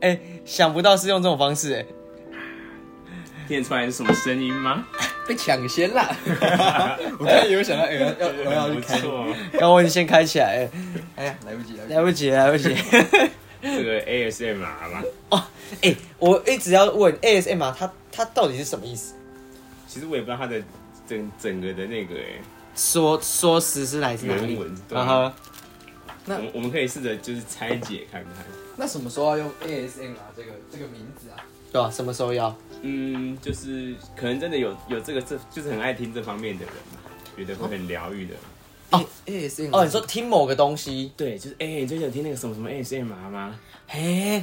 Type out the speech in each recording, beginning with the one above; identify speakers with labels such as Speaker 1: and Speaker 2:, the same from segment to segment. Speaker 1: 哎、想不到是用这种方式哎、
Speaker 2: 念出来是什么声音 吗？
Speaker 3: 被抢先啦！我刚才也有想到，哎、 要要我要去
Speaker 2: 不
Speaker 3: 开，
Speaker 2: 错，
Speaker 1: 刚我已经先开起来、
Speaker 3: 哎呀，来不及，来不及
Speaker 1: 来。不及，来不及。
Speaker 2: 这个 ASMR 嘛，
Speaker 1: 哎、我一直要问 ASMR 它它啊到底是什么意思？
Speaker 2: 其实我也不知道它的整整个的那个哎
Speaker 1: 说说实是来自哪
Speaker 2: 原
Speaker 1: 里？啊
Speaker 2: 文，对
Speaker 1: 然
Speaker 2: 吧？
Speaker 1: 后
Speaker 2: 我们我们可以试着就是拆解看看。
Speaker 3: 那什么时候要用 ASMR 啊这个这个名字啊？
Speaker 1: 对吧、什么时候要？
Speaker 2: 嗯，就是可能真的有有这个这就是很爱听这方面的人嘛，觉得会很疗愈的。
Speaker 1: 哦
Speaker 3: ASMR
Speaker 1: 哦，你说听某个东西？
Speaker 2: 对，就是哎、你最近有听那个什么什么 ASMR 吗？
Speaker 1: 哎、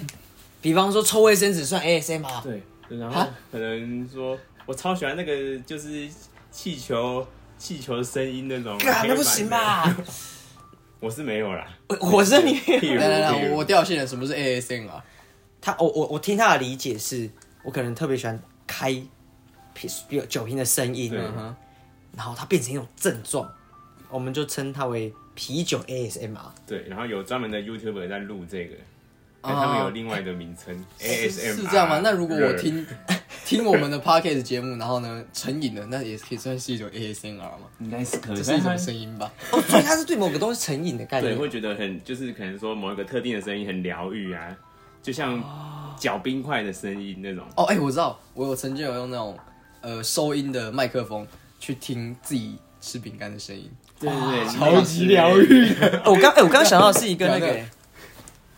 Speaker 1: 比方说抽卫生纸算 ASMR？
Speaker 2: 对，然后
Speaker 1: 啊
Speaker 2: 可能说我超喜欢那个就是气球气球声音那种，
Speaker 1: 干
Speaker 2: 黑
Speaker 1: 那
Speaker 2: 板
Speaker 1: 不行吧
Speaker 2: 的？？我是没有 啦，
Speaker 1: 我我是 你，
Speaker 2: 譬如
Speaker 3: 来来
Speaker 2: 譬
Speaker 3: 来，
Speaker 2: 如
Speaker 3: 我我掉线了，什么是 ASMR？
Speaker 1: 他我我我听他的理解是，我可能特别喜欢开瓶有酒瓶的声音，
Speaker 2: 对
Speaker 3: 嗯哼，
Speaker 1: 然后它变成一种症状，我们就称它为啤酒 ASMR。
Speaker 2: 对，然后有专门的 YouTuber 在录这个，但他们有另外的名称 ASM，
Speaker 3: 是这样吗？那如果我听听我们的 Podcast 节目，然后呢成瘾了，那也可以算是一种 ASMR 吗？
Speaker 2: 应该是可
Speaker 3: 这是一种声音吧？
Speaker 1: 哦，所以它是对某个东西成瘾的概
Speaker 2: 对，
Speaker 1: 念。
Speaker 2: 会觉得很就是可能说某一个特定的声音很疗愈啊，就像搅冰块的声音那种。
Speaker 3: 哦，哎、我知道，我有曾经有用那种呃收音的麦克风去听自己吃饼干的声音，
Speaker 2: 对对对，
Speaker 3: 超级疗
Speaker 2: 愈。
Speaker 1: 哦我刚哎、我刚想到的是一个那个
Speaker 3: 对对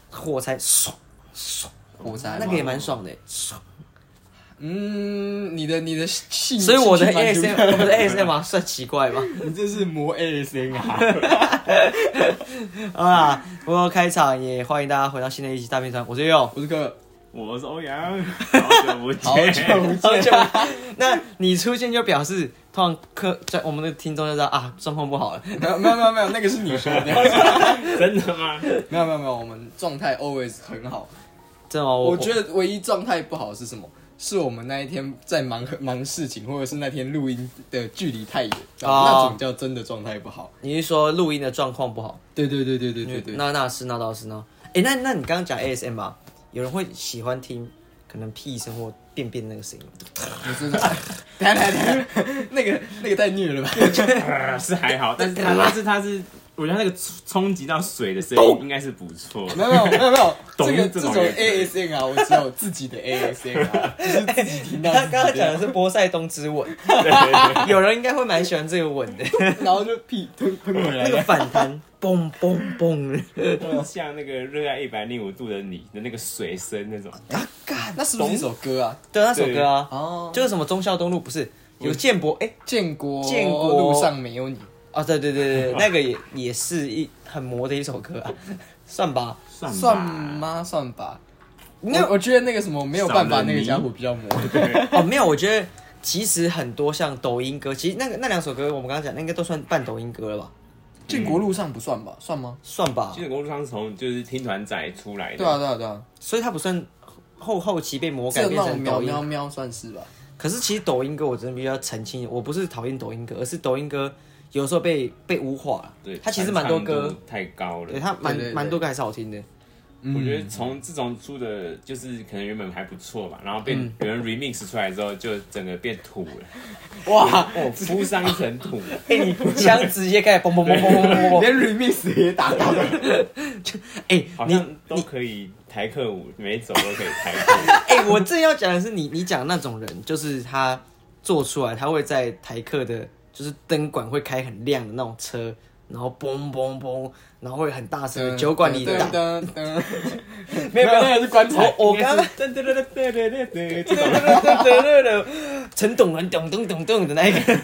Speaker 1: 火柴爽爽，
Speaker 3: 火柴吗
Speaker 1: 那个也蛮。爽的欸爽。
Speaker 3: 嗯，你的你的性，
Speaker 1: 所以我的
Speaker 3: 兴趣蛮独
Speaker 1: ASM
Speaker 3: 特
Speaker 1: 我们的 ASMR 算奇怪吗？
Speaker 3: 你这是魔 ASMR。
Speaker 1: 好啦，不过开场也欢迎大家回到新的一集大片团，我是佑。
Speaker 3: 我是哥，
Speaker 2: 我是欧阳， 好久不
Speaker 3: 好久
Speaker 2: 见。
Speaker 3: 不
Speaker 1: 好
Speaker 3: 见，
Speaker 1: 久， 那你出现就表示，通常客在我们的听众就知道啊，状况不好了。
Speaker 3: 没有没有没有没有，那个是你说的，没
Speaker 2: 真的吗？
Speaker 3: 有没有没有，我们状态 always 很好。
Speaker 1: 真的吗？
Speaker 3: 我
Speaker 1: 我
Speaker 3: 觉得唯一状态不好是什么？是我们那一天在忙忙事情，或者是那天录音的距离太远，那种叫真的状态不好。
Speaker 1: 你是说录音的状况不好？
Speaker 3: 对对对对对对对，
Speaker 1: 那那是那倒是那。哎、那那你刚刚讲 ASM 吧，有人会喜欢听可能屁声或便便那个声音吗？
Speaker 3: 我真的， 等一下等一下等一下，那个那个太虐了吧？
Speaker 2: 呃是还好， 但是它但是它是，我觉得它那个冲击到水的声音应该是不错。
Speaker 3: 没有没有没有没有，
Speaker 2: 懂
Speaker 3: 这个
Speaker 2: 这
Speaker 3: 这
Speaker 2: 种
Speaker 3: 种
Speaker 2: 人
Speaker 3: ASN 啊，我只有自己的 ASN 啊，就是自己听 到
Speaker 1: 他
Speaker 3: 自
Speaker 1: 刚刚
Speaker 3: 己
Speaker 1: 讲的
Speaker 3: 的，
Speaker 1: 是波塞冬之 吻，有人应该会蛮喜欢这个吻的，
Speaker 3: 然后就屁喷喷回来
Speaker 1: 那个反 弹，嘣嘣嘣。
Speaker 2: 就是 像那个热爱一百零五度的你的那个水声那种，
Speaker 3: 那是不是一首歌啊？
Speaker 1: 对，那首歌啊，
Speaker 3: 哦，
Speaker 1: 就是什么忠孝东路不是有建博哎。
Speaker 3: 建国
Speaker 1: 建国
Speaker 3: 路上没有你，
Speaker 1: 哦，对对对对，那个也也是一很魔的一首歌啊， 算吧。
Speaker 2: 算吧
Speaker 3: 算？吗？算吧。
Speaker 1: 应该
Speaker 3: 我我觉得那个什么没有办法，那个家伙比较魔。
Speaker 1: 哦，没有，我觉得其实很多像抖音歌，其实那个那两首歌我们刚刚讲，那应该都算半抖音歌了吧？
Speaker 3: 建国路上不算吧？算吗？
Speaker 1: 算吧
Speaker 2: 其。实公路上是从就是听团仔出来的，
Speaker 3: 对啊，对啊，对啊。
Speaker 1: 所以它不算后后期被魔
Speaker 3: 只
Speaker 1: 改
Speaker 3: 有
Speaker 1: 变
Speaker 3: 那种
Speaker 1: 成
Speaker 3: 喵
Speaker 1: 抖音
Speaker 3: 喵喵算是吧。
Speaker 1: 可是其实抖音歌我真的比较澄清，我不是讨厌抖音歌，而是抖音歌有时候被被污化了。
Speaker 2: 对，
Speaker 1: 它其实蛮多
Speaker 2: 传唱
Speaker 1: 歌
Speaker 2: 度，太高了
Speaker 1: 对。它蛮
Speaker 3: 对对对
Speaker 1: 蛮多歌还是好听的。
Speaker 2: 我觉得从自从出的，就是可能原本还不错吧，然后被有人 remix 出来之后，就整个变土了，
Speaker 3: 哇，
Speaker 2: 哦，铺上一层土。
Speaker 1: 哎，你枪直接开始嘣嘣嘣嘣嘣嘣嘣。
Speaker 3: 连 remix 也打到了。
Speaker 1: 哎，
Speaker 2: 好
Speaker 1: 你
Speaker 2: 像都可以台客舞，每一首都可以台客舞。
Speaker 1: 哎、 我正要讲的是你，你讲那种人，就是他做出来，他会在台客的，就是灯管会开很亮的那种车，然后嘣嘣嘣，然后会很大声的酒馆里打，
Speaker 3: 噔噔，
Speaker 1: 没有没有，
Speaker 3: 那个是棺材。
Speaker 1: 我我刚 刚。
Speaker 2: 噔噔噔噔噔噔噔，这种
Speaker 1: 陈董很咚咚咚咚的那一个，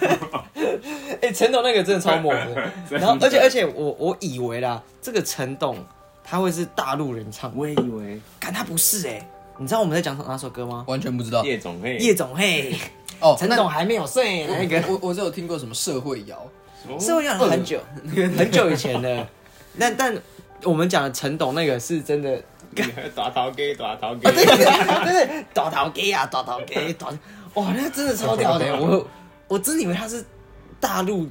Speaker 1: 哎、陈董那个真的超猛 的。然后，而且而且我我以为啦，这个陈董他会是大陆人唱，
Speaker 2: 我也以为
Speaker 1: 但他不是哎、你知道我们在讲哪首歌吗？
Speaker 3: 完全不知道
Speaker 2: 夜总会
Speaker 1: 叶总嘿，
Speaker 3: 哦，
Speaker 1: 陈哎
Speaker 3: 那
Speaker 1: 董还没有睡那个。
Speaker 3: 我我我只有听过什么社会 摇，
Speaker 1: 是会讲很久很久以前的，但但我们讲的陈董那个是真的，
Speaker 2: 打桃给打桃给，
Speaker 1: 对对，大头鸡啊，大头鸡，大哇，那真的超屌的，我我真的以为他是大陆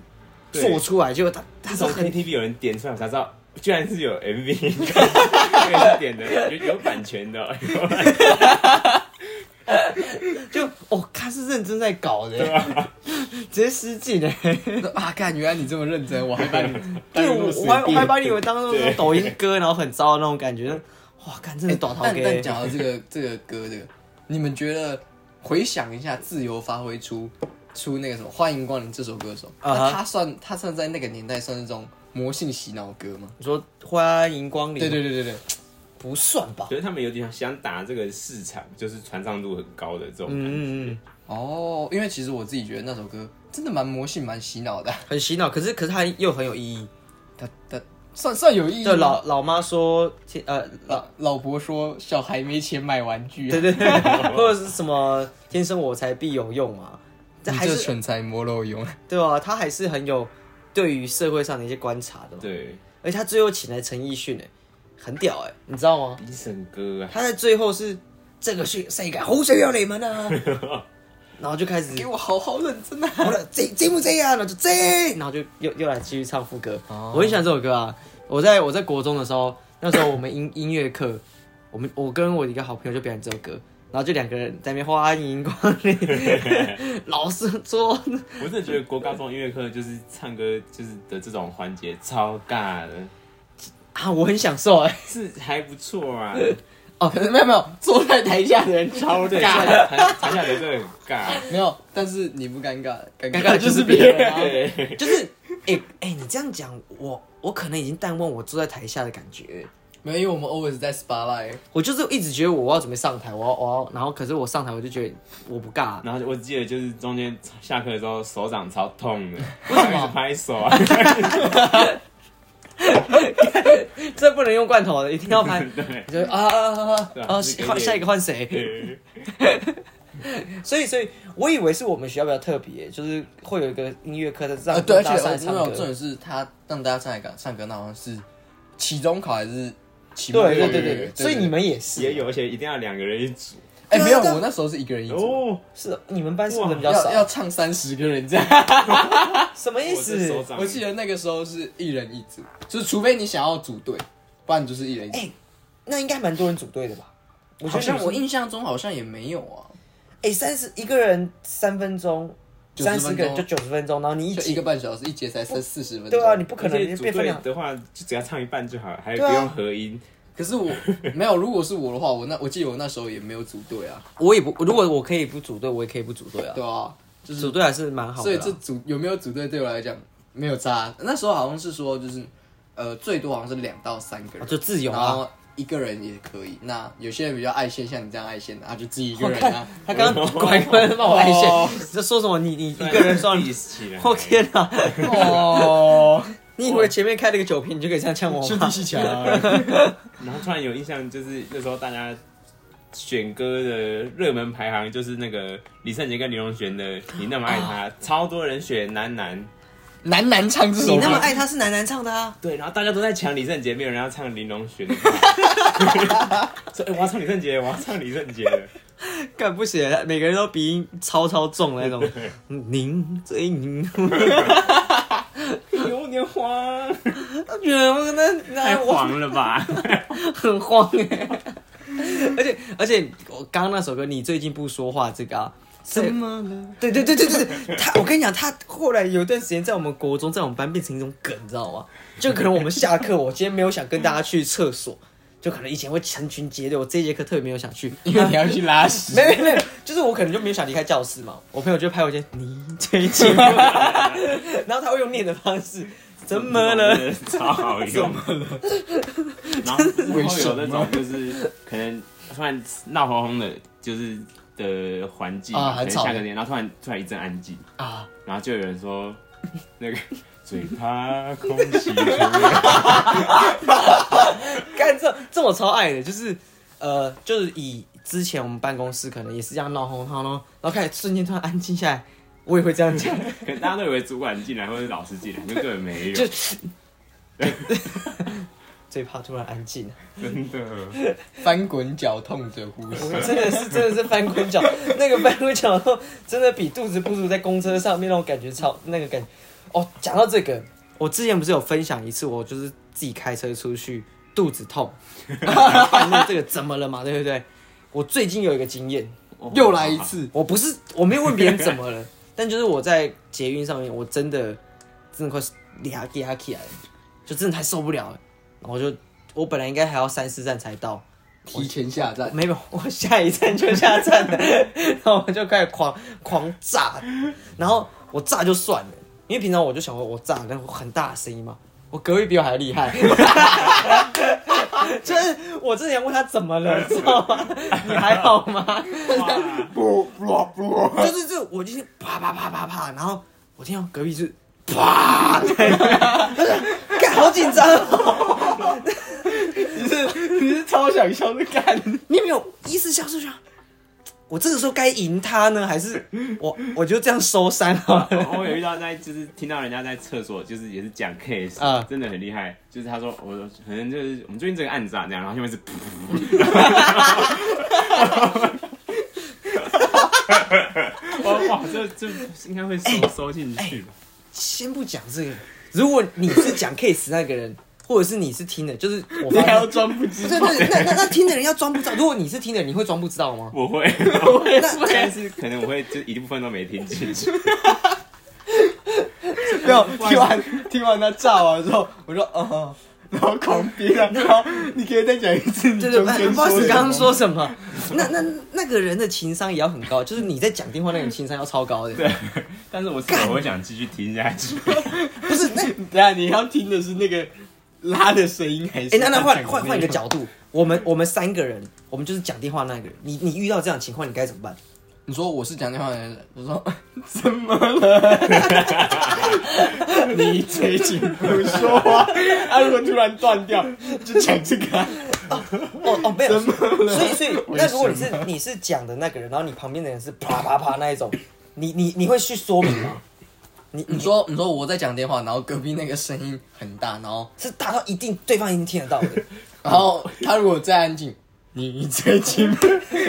Speaker 1: 做出来，结果他他
Speaker 2: 自
Speaker 1: 是
Speaker 2: 从
Speaker 1: 很
Speaker 2: KTV 有人点出来，我才知道居然是有 MV。这个是点的， 有有版权的哦，有版权
Speaker 1: 就哦，他是认真在搞的，直接失禁哎。
Speaker 3: 啊，干，原来你这么认真，我还把你 当
Speaker 1: 对，
Speaker 3: 路
Speaker 1: 我
Speaker 3: 随
Speaker 1: 我还我
Speaker 3: 便
Speaker 1: 还把你们当做那种
Speaker 2: 对
Speaker 1: 抖音歌，然后很糟的那种感觉。哇，干，真的短桃
Speaker 3: 但但
Speaker 1: 给
Speaker 3: 讲到这个这个歌，这个你们觉得回想一下，自由发挥出出那个什么《欢迎光临》这首歌的时候，
Speaker 1: 啊哈
Speaker 3: 那他算他算在那个年代算是这种魔性洗脑歌吗？
Speaker 1: 你说欢迎光临，
Speaker 3: 对对对对对，
Speaker 1: 不算吧？
Speaker 2: 觉得他们有点想打这个市场，就是传唱度很高的这种。
Speaker 1: 嗯嗯嗯，
Speaker 3: 哦，因为其实我自己觉得那首歌真的蛮魔性、蛮洗脑的，
Speaker 1: 很洗脑，可是可是它又很有意义。
Speaker 3: 他他算算有意义吗。
Speaker 1: 就老老妈说，天呃，老
Speaker 3: 老老伯说小孩没钱买玩具、啊，
Speaker 1: 对对对， 或者是什么“天生我材必有用”嘛，这
Speaker 3: 你
Speaker 1: 还
Speaker 3: 这
Speaker 1: 是
Speaker 3: 蠢材莫 漏用。
Speaker 1: 对啊，他还是很有对于社会上的一些观察的嘛。
Speaker 2: 对，
Speaker 1: 而且他最后请来陈奕迅，哎，很屌哎，你知道 吗？
Speaker 2: 医生哥啊，
Speaker 1: 他在最后是这个是谁敢洪水要你们 啊？然后就开始，
Speaker 3: 给我好好认真啊！
Speaker 1: 好了，这这不这样，然后就这，然后就又又来继续唱副歌。
Speaker 3: 哦
Speaker 1: 我很喜欢这首歌啊！我在我在国中的时候，那时候我们音音乐课，我们我跟我一个好朋友就表演这首歌，然后就两个人在那边欢迎 光临，老师说
Speaker 2: 我真的觉得国高中音乐课就是唱歌就是的这种环节超尬的，
Speaker 1: 啊，我很享受哎、
Speaker 2: 是还不错啊。
Speaker 3: 哦，可是没有没有，坐在台下的人超
Speaker 2: 对，
Speaker 3: 尬。
Speaker 2: 弹弹下来真的很尬。
Speaker 3: 没有，但是你不尴尬，尴
Speaker 1: 尴尬
Speaker 3: 尬
Speaker 1: 就是别
Speaker 3: 别
Speaker 1: 人
Speaker 3: 啊。
Speaker 2: 对，
Speaker 1: 就是哎哎、你这样讲，我我可能已经淡忘我坐在台下的感觉。
Speaker 3: 没有，因为我们 always 在 spotlight。
Speaker 1: 我就是一直觉得我要准备上台，我要我要，然后可是我上台我就觉得我不尬，
Speaker 2: 然后我记得就是中间下课的时候手掌超痛的，
Speaker 1: 为什么
Speaker 2: 一直拍手啊？
Speaker 1: 这不能用罐头的，一定要 拍。
Speaker 2: 对
Speaker 1: 你就啊啊啊啊
Speaker 2: 对
Speaker 1: 啊！
Speaker 2: 啊
Speaker 1: 啊
Speaker 2: 就是给
Speaker 1: 换
Speaker 2: 点
Speaker 1: 下一个换谁？
Speaker 2: 对，
Speaker 1: 所以所以我以为是我们学校比较特别，就是会有一个音乐课的让
Speaker 3: 呃，对，而且
Speaker 1: 大家上
Speaker 3: 我
Speaker 1: 来
Speaker 3: 没
Speaker 1: 唱
Speaker 3: 有重
Speaker 1: 歌。
Speaker 3: 点是他让大家上来歌唱歌，那好像是期中考还是期末考？
Speaker 1: 对对对
Speaker 2: 对
Speaker 1: 对，所以你们也是
Speaker 2: 也有，而且一定要两个人一组。
Speaker 3: 哎
Speaker 1: 对啊
Speaker 3: 没有，
Speaker 1: 对啊
Speaker 3: 我那时候是一个人一组，
Speaker 2: 哦，
Speaker 1: 是你们班是不是人比较
Speaker 3: 要要
Speaker 1: 少？
Speaker 3: 唱三十个人这样。
Speaker 1: 什么意
Speaker 2: 我这手
Speaker 1: 思？
Speaker 2: 掌，
Speaker 3: 我记得那个时候是一人一组，就是除非你想要组队，不然就是一人一组
Speaker 1: 哎。那应该蛮多人组队的吧？我觉
Speaker 3: 好
Speaker 1: 得
Speaker 3: 像
Speaker 1: 你
Speaker 3: 我印象中好像也没有啊，
Speaker 1: 哎三十一个人三分钟，
Speaker 3: 90
Speaker 1: 三十个人
Speaker 3: 分
Speaker 1: 就
Speaker 3: 钟
Speaker 1: 九十分钟，然后你一
Speaker 3: 就
Speaker 1: 节
Speaker 3: 一个半小时，一节才三四十分钟。
Speaker 1: 对啊，你不可
Speaker 2: 而
Speaker 1: 能
Speaker 2: 且
Speaker 1: 你
Speaker 2: 组
Speaker 1: 变分
Speaker 2: 队
Speaker 1: 两。
Speaker 2: 的话，就只要唱一半就好，还不
Speaker 1: 对啊
Speaker 2: 用合音。
Speaker 3: 可是 我没有，如果是我的话，我那我记得我那时候也没有组队啊，
Speaker 1: 我也不，如果我可以不组队，我也可以不组队啊。
Speaker 3: 对啊，就是
Speaker 1: 组队还是蛮好
Speaker 3: 所
Speaker 1: 的
Speaker 3: 以
Speaker 1: 啦。
Speaker 3: 这组有没有组队对我来讲没有差。那时候好像是说就是，呃，最多好像是两到三个
Speaker 1: 啊
Speaker 3: 人，
Speaker 1: 就自由
Speaker 3: 然
Speaker 1: 啊。
Speaker 3: 后一个人也可以。那有些人比较爱线，像你这样爱线的，他就自己一个
Speaker 1: 我
Speaker 3: 人
Speaker 1: 看
Speaker 3: 啊。
Speaker 1: 他刚刚拐过来骂我爱线，这说什么？你你
Speaker 2: 啊
Speaker 1: 一个人算
Speaker 2: 一起来，
Speaker 1: 我天哪！
Speaker 3: 哦，
Speaker 1: 你以为前面开了个酒瓶，你就可以这样呛我吗？
Speaker 3: 戏强，
Speaker 1: 啊
Speaker 2: 然后突然有印象，就是那时候大家选歌的热门排行，就是那个李圣杰跟林隆璇的《你那么爱他》，超多人选男男。
Speaker 3: 男男唱这首歌，
Speaker 1: 你那么爱他是男男唱的啊，
Speaker 2: 对，然后大家都在抢李圣杰，没有人要唱林隆 璇的歌。说，哎、我要唱李圣杰，我要唱李圣杰 的。
Speaker 1: 干不行，每个人都鼻音超超重的那种。嗯您最您，
Speaker 2: 有点慌，
Speaker 1: 我觉得 我那
Speaker 2: 太
Speaker 1: 那我
Speaker 2: 黄了吧？
Speaker 1: 很慌 哎。而且而且，我刚刚那首歌《你最近不说话》这个啊，是
Speaker 3: 怎么了？
Speaker 1: 对对对对对对， 他我跟你讲，他后来有一段时间在我们国中，在我们班变成一种梗，你知道吗？就可能我们下课，我今天没有想跟大家去厕所，就可能以前会成群结队，我这一节课特别没有想去，
Speaker 3: 因为你要去拉屎。
Speaker 1: 没没没，就是我可能就没有想离开教室嘛。我朋友就拍我肩，你最近， 然后他会用念的方式，怎么
Speaker 2: 嗯
Speaker 1: 了？？
Speaker 2: 超好用。然后
Speaker 3: 为
Speaker 2: 会
Speaker 3: 什
Speaker 2: 有
Speaker 3: 么
Speaker 2: 那种就是可能突然闹哄哄的，就是的环境
Speaker 3: 啊
Speaker 2: 可能
Speaker 3: 很吵
Speaker 2: 下个年，然后突然突然一阵安静，
Speaker 1: 啊，
Speaker 2: 然后就有人说那个嘴巴空气中的
Speaker 1: 干这这我超爱的，就是呃，就是以之前我们办公室可能也是这样闹哄哄咯，然后开始瞬间突然安静下来，我也会这样讲。
Speaker 2: 可 能大家都以为主管进来或者是老师进来，就根本没有，
Speaker 1: 就 最怕突然安静，
Speaker 2: 真的。
Speaker 3: 翻滚绞痛着呼吸。
Speaker 1: 真的是真的是翻滚脚，那个翻滚脚真的比肚子不舒服在公车上面那种感觉超那个感觉。哦，讲到这个，我之前不是有分享一次，我就是自己开车出去肚子痛， 半夜这个怎么了嘛？对不对？我最近有一个经验，
Speaker 3: 又来一次，
Speaker 1: 我不是我没有问别人怎么了，但就是我在捷运上面，我真的真的快俩给他起来了，就真的太受不了了。然后我就我本来应该还要三四站才到，
Speaker 3: 提前下站，
Speaker 1: 没有，我下一站就下站了， 然后我就开始狂狂炸，然后我炸就算了，因为平常我就想说我炸，但我很大的声音嘛，我隔壁比我还厉害， 就是我之前问他怎么了，知道吗？你还好吗？
Speaker 2: 哇
Speaker 3: 不不不，
Speaker 1: 就是这，我就是啪啪啪啪啪，然后我听到隔壁就是啪，干好紧张哦！
Speaker 3: 你是你是超想笑的感觉，
Speaker 1: 你有没有意识消失想，我这个时候该赢他呢，还是我我就这样收山好了？
Speaker 2: 我有遇到在就是听到人家在厕所就是也是讲 case，、
Speaker 1: 啊
Speaker 2: 真的很厉害。就是他说我可能就是我们最近这个案子啊这样，然后下面是噗噗噗。 哇哇，这这应该会收收进去吧？
Speaker 1: 先不讲这个，如果你是讲 case 那个人，或者是你是听的，就是我
Speaker 3: 你
Speaker 1: 发
Speaker 3: 还要
Speaker 1: 现。
Speaker 3: 装不知
Speaker 1: 不对对，那那 那听的人要装不知道。如果你是听的人，你会装不知道吗？
Speaker 2: 我会，
Speaker 1: 那
Speaker 2: 但是可能我会就一部分都没听进去。
Speaker 3: 没有听完听完他炸完之后，我说哦，然后狂憋啊，然后你可以再讲一次 你
Speaker 1: 对
Speaker 3: 中
Speaker 1: 对，哎
Speaker 3: 间
Speaker 1: 不好意思，
Speaker 3: 说什
Speaker 1: 刚刚
Speaker 3: 么
Speaker 1: 说什么？ 那那那个人的情商也要很高，就是你在讲电话那个人情商要超高的。
Speaker 2: 对，但是我是我会想继续听下 去。
Speaker 1: 不是那
Speaker 3: 等一下你要听的是那个拉的声音还是？
Speaker 1: 哎、那那换换换一个，角度，我们我们三个人，我们就是讲电话那个人。你你遇到这样的情况，你该怎么办？
Speaker 3: 你说我是讲电话的人，我说怎么了？你这群不说话，啊，如果突然断掉，就讲这个啊、
Speaker 1: 哦 哦，没有，所以所以
Speaker 3: 为
Speaker 1: 那如果你
Speaker 3: 什
Speaker 1: 是你是讲的那个人，然后你旁边的人是啪啪啪那一种，你你你会去说明 吗？你
Speaker 3: 你
Speaker 1: 你
Speaker 3: 说嗯你说我在讲电话，然后隔壁那个声音很大，然后
Speaker 1: 是大到一定对方一定听得到的。
Speaker 3: 然后他如果再安静，你这 群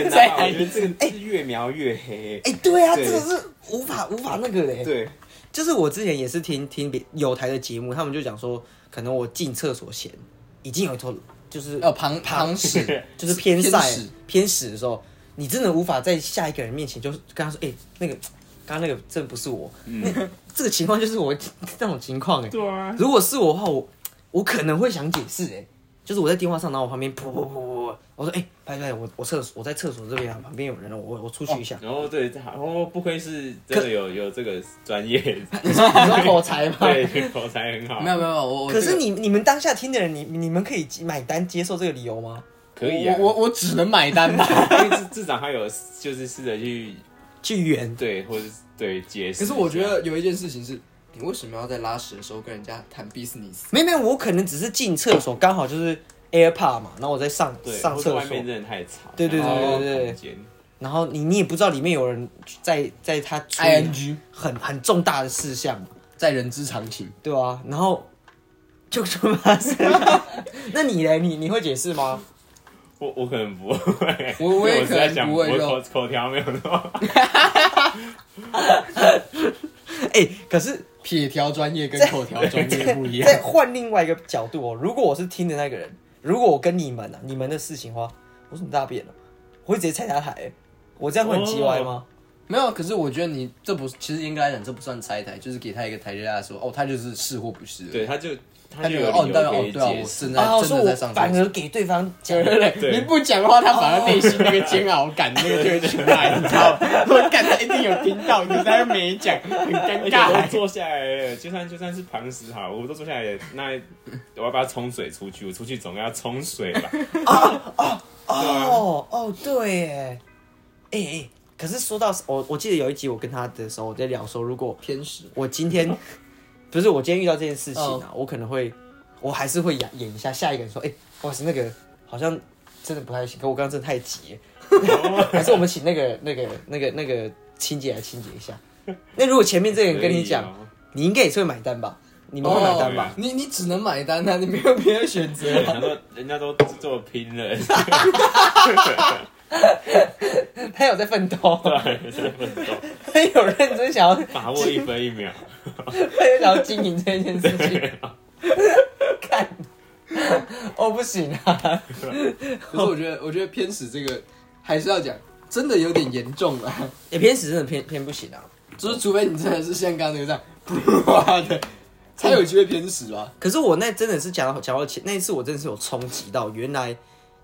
Speaker 3: 再
Speaker 2: 我
Speaker 3: 安
Speaker 2: 觉得
Speaker 3: 静，
Speaker 2: 这个是越描越黑。
Speaker 1: 哎、对啊，
Speaker 2: 对
Speaker 1: 这个是无法无法那个的、欸。
Speaker 2: 对，
Speaker 1: 就是我之前也是听听别有台的节目，他们就讲说，可能我进厕所前已经有一头就是
Speaker 3: 呃旁旁室
Speaker 1: 就是偏晒
Speaker 3: 偏屎
Speaker 1: 偏屎的时候，你真的无法在下一个人面前就是跟他说，哎、那个刚刚那个真的不是我，
Speaker 3: 嗯
Speaker 1: 那这个情况就是我 那种情况哎、
Speaker 2: 对啊，
Speaker 1: 如果是我的话，我我可能会想解释哎、就是我在电话上，然后我旁边噗噗噗噗噗，我说哎、拍拍我我厕所我在厕所这边啊，旁边有人了，我我出去一
Speaker 3: 哦
Speaker 1: 下。
Speaker 2: 然后对，然后不愧是真的有有这个专业，
Speaker 1: 你说你说口才吗？
Speaker 2: 对，口才很好。
Speaker 3: 没有没有，没有我我
Speaker 1: 可
Speaker 3: 这
Speaker 1: 是
Speaker 3: 个
Speaker 1: 你你们当下听的人，你你们可以买单接受这个理由吗？
Speaker 2: 可以啊，
Speaker 3: 我我我只能买单吧。
Speaker 2: 因为至至少他有就是试着去
Speaker 1: 去圆，
Speaker 2: 对，或者是对解释。
Speaker 3: 可是我觉得有一件事情是，你为什么要在拉屎的时候跟人家谈 business？
Speaker 1: 没有没有，我可能只是进厕所，刚好就是 AirPod 嘛，然后我在上
Speaker 2: 对，
Speaker 1: 上
Speaker 2: 或
Speaker 1: 厕
Speaker 2: 者外
Speaker 1: 所
Speaker 2: 面，真的太吵，
Speaker 1: 对对
Speaker 3: 对
Speaker 2: 然后
Speaker 1: 对对对
Speaker 2: 空间
Speaker 1: 然后你你也不知道里面有人在在他处理
Speaker 3: ing
Speaker 1: 很很重大的事项嘛，
Speaker 3: 在人之常情。
Speaker 1: 对吧、啊？然后就就发 生了。那你嘞，你你会解释吗？
Speaker 2: 我我可能不会，
Speaker 3: 我我也
Speaker 2: 是在
Speaker 3: 可能
Speaker 2: 想
Speaker 3: 不会
Speaker 2: 我
Speaker 3: 就
Speaker 2: 口口条没有那么好，
Speaker 1: 哎、可是
Speaker 3: 撇条专业跟口条专业不一样
Speaker 1: 再。换另外一个角度哦，如果我是听的那个人，如果我跟你们啊，你们的事情的话，我怎么大便了？我会直接踩下台、欸我这样会很叽歪
Speaker 2: 哦
Speaker 1: 吗？
Speaker 3: 没有，可是我觉得你这不，其实应该来讲这不算拆台，就是给他一个台阶下说，哦，他就是是或不是。，
Speaker 2: 对，他就他
Speaker 3: 他
Speaker 2: 就
Speaker 3: 就
Speaker 2: 有理
Speaker 3: 哦，你
Speaker 2: 由
Speaker 3: 当然
Speaker 2: 可
Speaker 3: 哦
Speaker 2: 以，
Speaker 3: 对啊，
Speaker 2: 解
Speaker 3: 我
Speaker 2: 释。
Speaker 3: 正在、
Speaker 1: 然后
Speaker 3: 正
Speaker 1: 说
Speaker 3: 的
Speaker 1: 哦我
Speaker 3: 在上厕
Speaker 1: 反
Speaker 3: 所
Speaker 1: 而给对方讲
Speaker 3: 对，对对，
Speaker 2: 对
Speaker 3: 你不讲话，他反而内心那个煎熬感，那个就会出来，你知道吗？ 我感他一定有听到，可是他又没讲，很尴
Speaker 2: 而且我都
Speaker 3: 尬。
Speaker 2: 坐下来了，就算就算是旁食好，我都坐下来了。那我要不要冲水出去？我出去总要冲水 吧？啊
Speaker 1: 哦哦，对耶，哎、哎，可是说到我，我记得有一集我跟他的时候，我在聊说，如果
Speaker 3: 偏食，
Speaker 1: 我今天 不是我今天遇到这件事情
Speaker 2: 哦
Speaker 1: 啊，我可能会，我还是会演演一下下一个人说，哎、哇塞，那个好像真的不太行，可我刚刚真的太急了，
Speaker 2: 哦
Speaker 1: 还是我们请那个那个那个那个清洁来清洁一下。那如果前面这个人跟你讲，
Speaker 2: 可以哦
Speaker 1: 你应该也是会买单吧？你们会买单吧？
Speaker 3: 哦你你只能买单啊，你没有别的选择
Speaker 2: 哦对，。他说人家都做拼了，
Speaker 1: 他有在奋斗，
Speaker 2: 啊真的不懂
Speaker 1: 他有认真想要
Speaker 2: 把握一分一秒。
Speaker 1: 他也想要经营这件事情。看，哦，不行啊！
Speaker 3: 可是我觉得，我觉得偏食这个还是要讲，真的有点严重了。
Speaker 1: 也欸偏食真的偏偏不行啊。
Speaker 3: 就是除非你真的是像刚刚那个这样，哇 的，才有机会偏食吧。
Speaker 1: 可是我那真的是讲到讲到前那一次，我真的是有冲击到，原来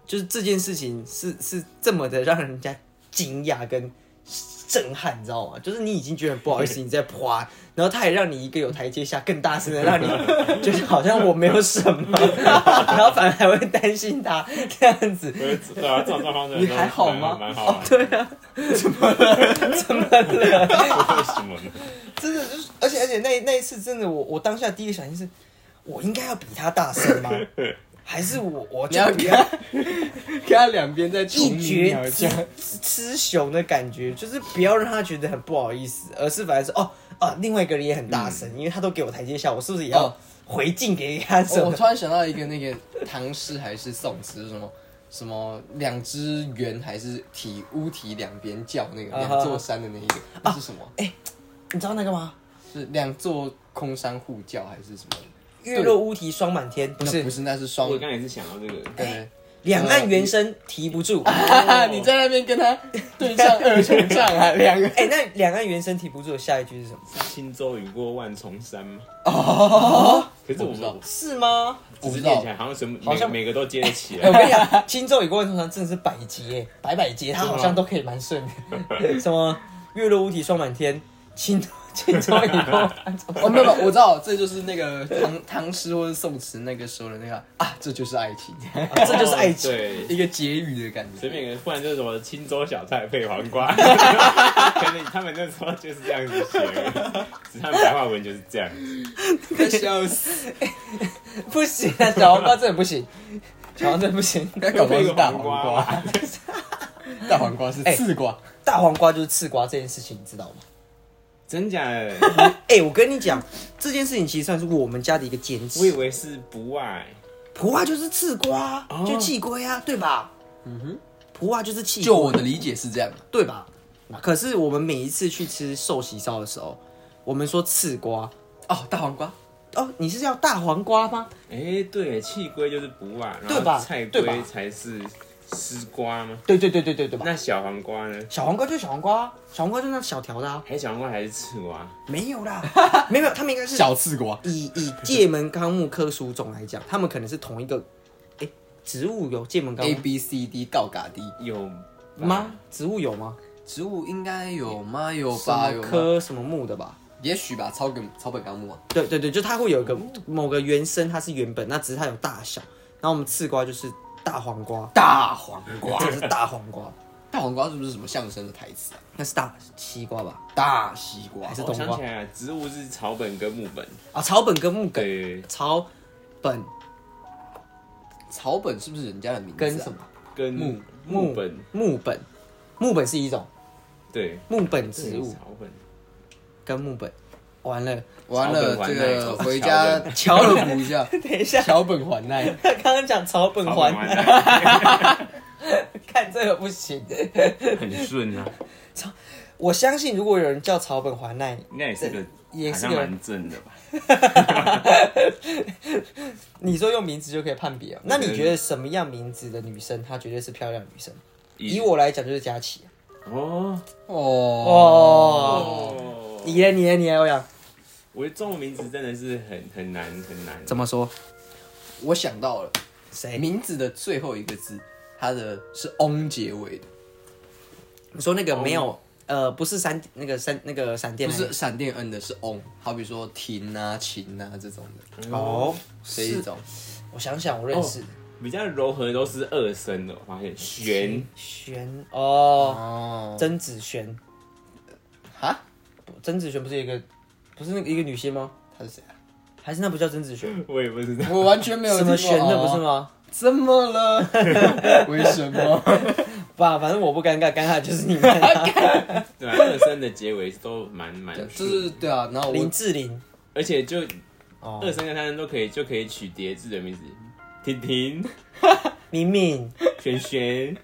Speaker 1: 就是这件事情是是这么的让人家惊讶跟震撼，你知道吗？就是你已经觉得很不好意思，你在夸，然后他也让你一个有台阶下，更大声的让你就是好像我没有什么， 然后反而还会担心他这样子。
Speaker 2: 对啊，这种状况真的
Speaker 1: 你还好吗？
Speaker 2: 蛮蛮好
Speaker 1: 哦
Speaker 2: 玩，的。
Speaker 1: 对啊，怎么了？怎么了？
Speaker 3: 啊
Speaker 2: 为什么呢？
Speaker 1: 真的就是，而且而且那那一次真的我，我当下第一个想法就是，我应该要比他大声 吗？还是我我
Speaker 3: 你
Speaker 1: 就
Speaker 3: 要
Speaker 1: 比
Speaker 3: 给
Speaker 1: 他
Speaker 3: 他，给他两边再重
Speaker 1: 一
Speaker 3: 你
Speaker 1: 决
Speaker 3: 一
Speaker 1: 雌
Speaker 3: 下。
Speaker 1: 雌雄的感觉？就是不要让他觉得很不好意思，而是反而是哦啊，另外一个人也很大声，因为他都给我台阶下，我是不是也要
Speaker 3: 哦
Speaker 1: 回敬给他什
Speaker 3: 我我
Speaker 1: 么？
Speaker 3: 突然想到一个那个唐诗还是宋词什么什么两只猿还是体屋体两边叫那个
Speaker 1: 啊哈啊
Speaker 3: 两座山的那一个那是什么？
Speaker 1: 你知道那个吗？
Speaker 3: 是两座空山互叫还是什么？
Speaker 1: 月落乌啼霜满天，不
Speaker 3: 那
Speaker 1: 是哎呃
Speaker 3: 不是，那是
Speaker 2: 我
Speaker 3: 双
Speaker 2: 刚刚也是想到这个，
Speaker 3: 对。
Speaker 1: 两岸猿声啼不 住。哎
Speaker 3: 哈哈， 你在那边跟他对唱二重唱啊，两个
Speaker 1: 哎、那两岸猿声啼不住的下一句是什么？
Speaker 2: 轻舟已过万重山吗？
Speaker 3: 哦，
Speaker 2: 可是
Speaker 3: 我
Speaker 2: 我
Speaker 3: 不知道
Speaker 2: 们
Speaker 1: 是吗？
Speaker 2: 只
Speaker 3: 我不
Speaker 2: 是
Speaker 3: 知
Speaker 2: 念
Speaker 3: 道
Speaker 2: 起，来好像什么，
Speaker 1: 好像
Speaker 2: 每每个都接得 起
Speaker 1: 哎我
Speaker 2: 来。
Speaker 1: 跟你讲，轻舟已过万重山真的是百劫耶，百百劫，他好像都可以蛮顺 的。什么月落乌啼霜满天， 轻舟轻舟已过万重
Speaker 3: 哦，没有没有，我知道，这就是那个唐唐诗或者宋词那个时候的那个啊，这就是爱情，
Speaker 1: 山，这就是爱情。
Speaker 2: 哦对，
Speaker 3: 一个结语的感
Speaker 2: 随
Speaker 3: 觉。
Speaker 2: 便一个，不然就是什么青州小菜配黄瓜，可能他们那时候就是这样子写的，只是他们白话文就是这样子。
Speaker 3: 快笑死！
Speaker 1: 不行啊，小黄瓜真的不行， 小黄真的不行。
Speaker 3: 那搞不好
Speaker 2: 配
Speaker 3: 是
Speaker 2: 个
Speaker 3: 大
Speaker 2: 黄
Speaker 3: 黄
Speaker 2: 瓜
Speaker 3: 瓜， 大黄瓜是刺瓜，
Speaker 1: 大黄瓜就是刺瓜这件事情，你知道吗？
Speaker 2: 真假的？
Speaker 1: 哎、我跟你讲，这件事情其实算是我们家的一个坚
Speaker 2: 我以
Speaker 1: 持。
Speaker 2: 为是不爱，
Speaker 1: 普蛙就是刺瓜，
Speaker 2: 哦
Speaker 1: 就气龟啊，对吧？嗯哼，普蛙就是气，
Speaker 3: 就我的理解是这样，
Speaker 1: 对吧？可是我们每一次去吃寿喜烧的时候，我们说刺瓜，
Speaker 3: 哦，大黄瓜，
Speaker 1: 哦，你是要大黄瓜吗？
Speaker 2: 哎、对，气龟就是不爱，
Speaker 1: 对
Speaker 2: 然
Speaker 1: 吧
Speaker 2: 后菜
Speaker 1: 对吧
Speaker 2: 龟才是丝瓜吗？
Speaker 1: 对对对对对对吧？
Speaker 2: 那小黄瓜呢？
Speaker 1: 小黄瓜就是小黄瓜啊，小黄瓜就是那小条的啊，
Speaker 2: 还小黄瓜还是刺瓜？
Speaker 1: 没有 啦，没有，他们应该是
Speaker 3: 小刺瓜，
Speaker 1: 以以界门纲目科属种来讲，他们可能是同一个，哎、植物有界门纲
Speaker 3: A
Speaker 1: 目
Speaker 3: B C D 告嘎 D，
Speaker 2: 有吧
Speaker 1: 吗？？植物有吗？
Speaker 3: 植物应该有吗？有
Speaker 1: 什
Speaker 3: 吧？
Speaker 1: 么
Speaker 3: 有吗？
Speaker 1: 科什么木的吧？
Speaker 3: 也许吧，草本草本纲目嘛。啊
Speaker 1: 对对对，就它会有一个某个原生，它是原本，那只是它有大小。然后我们刺瓜就是大黄瓜，
Speaker 3: 大黄瓜，
Speaker 1: 这个是大黄瓜，
Speaker 3: 大黄瓜是不是什么相声的台词啊？
Speaker 1: 那是大西瓜吧？
Speaker 3: 大西瓜
Speaker 1: 还是
Speaker 2: 我、
Speaker 1: 冬瓜
Speaker 2: 哦想起来了，植物是草本跟木本。
Speaker 1: 啊，草本跟木梗，
Speaker 2: 对，
Speaker 1: 草本
Speaker 3: 草本是不是人家的名字、啊？
Speaker 1: 跟什么？？
Speaker 2: 跟
Speaker 3: 木
Speaker 2: 木本，
Speaker 1: 木本，木本是一种
Speaker 2: 对，
Speaker 1: 木本植
Speaker 2: 对
Speaker 1: 物，
Speaker 2: 草本。
Speaker 1: 跟木本。完了，
Speaker 3: 完
Speaker 2: 草
Speaker 3: 了，
Speaker 2: 本环
Speaker 3: 这
Speaker 2: 奈
Speaker 3: 个回家
Speaker 1: 桥本
Speaker 3: 补一下，
Speaker 1: 等一 下，
Speaker 3: 桥本环奈。
Speaker 1: 他刚刚讲草本
Speaker 2: 草
Speaker 1: 环
Speaker 2: 本
Speaker 1: 奈，
Speaker 2: 环奈
Speaker 1: 看这个不行。
Speaker 2: 很 顺啊，
Speaker 1: 我相信如果有人叫草本环奈，
Speaker 2: 应该也是个，
Speaker 1: 也
Speaker 2: 好
Speaker 1: 是
Speaker 2: 像
Speaker 1: 个
Speaker 2: 蛮正的吧？
Speaker 1: 你说用名字就可以判别哦。那你
Speaker 2: 对
Speaker 1: 觉得什么样名字的女生她绝对是漂亮女生？以我来讲就是佳琪。啊
Speaker 2: 哦
Speaker 1: 哦，
Speaker 2: 哦，
Speaker 1: 你呢？你呢？哎你呢？欧阳
Speaker 2: 我的中文名字真的是很很难很难。
Speaker 1: 怎么说？
Speaker 3: 我想到了，
Speaker 1: 谁？
Speaker 3: 名字的最后一个字，它的是 “on” 结尾的，
Speaker 1: 你说那个没有？呃，不是闪那个闪那个闪电
Speaker 3: 不
Speaker 1: 那个，
Speaker 3: 是闪电 “n” 的，是 “on”。好比说婷啊、琴啊这种的，
Speaker 2: 嗯
Speaker 1: 哦，
Speaker 3: 这一种
Speaker 1: 我想想，我认识
Speaker 2: 比较柔和的都是二声的？我发现玄
Speaker 1: 玄哦，
Speaker 3: 哦，
Speaker 1: 曾子璇，
Speaker 3: 哈，
Speaker 1: 曾子璇不是有一个，不是那个一个女星吗？
Speaker 3: 他是谁啊？
Speaker 1: 还是那不叫曾子璇？
Speaker 2: 我也不知道。
Speaker 3: 我完全没有
Speaker 1: 什么
Speaker 3: 听过
Speaker 1: 璇的不是？
Speaker 3: 哦
Speaker 1: 吗？
Speaker 3: 怎么了？为什么？
Speaker 1: 爸，反正我不尴尬，尴尬就是 你们。
Speaker 2: 对啊，二声的结尾都蛮蛮顺的，
Speaker 3: 就是对啊，然后
Speaker 1: 林
Speaker 3: 我
Speaker 1: 志玲，
Speaker 2: 而且就
Speaker 1: 哦
Speaker 2: 二声跟三声都可以，就可以取叠字的名字，婷婷、
Speaker 1: 明明，
Speaker 2: 璇璇、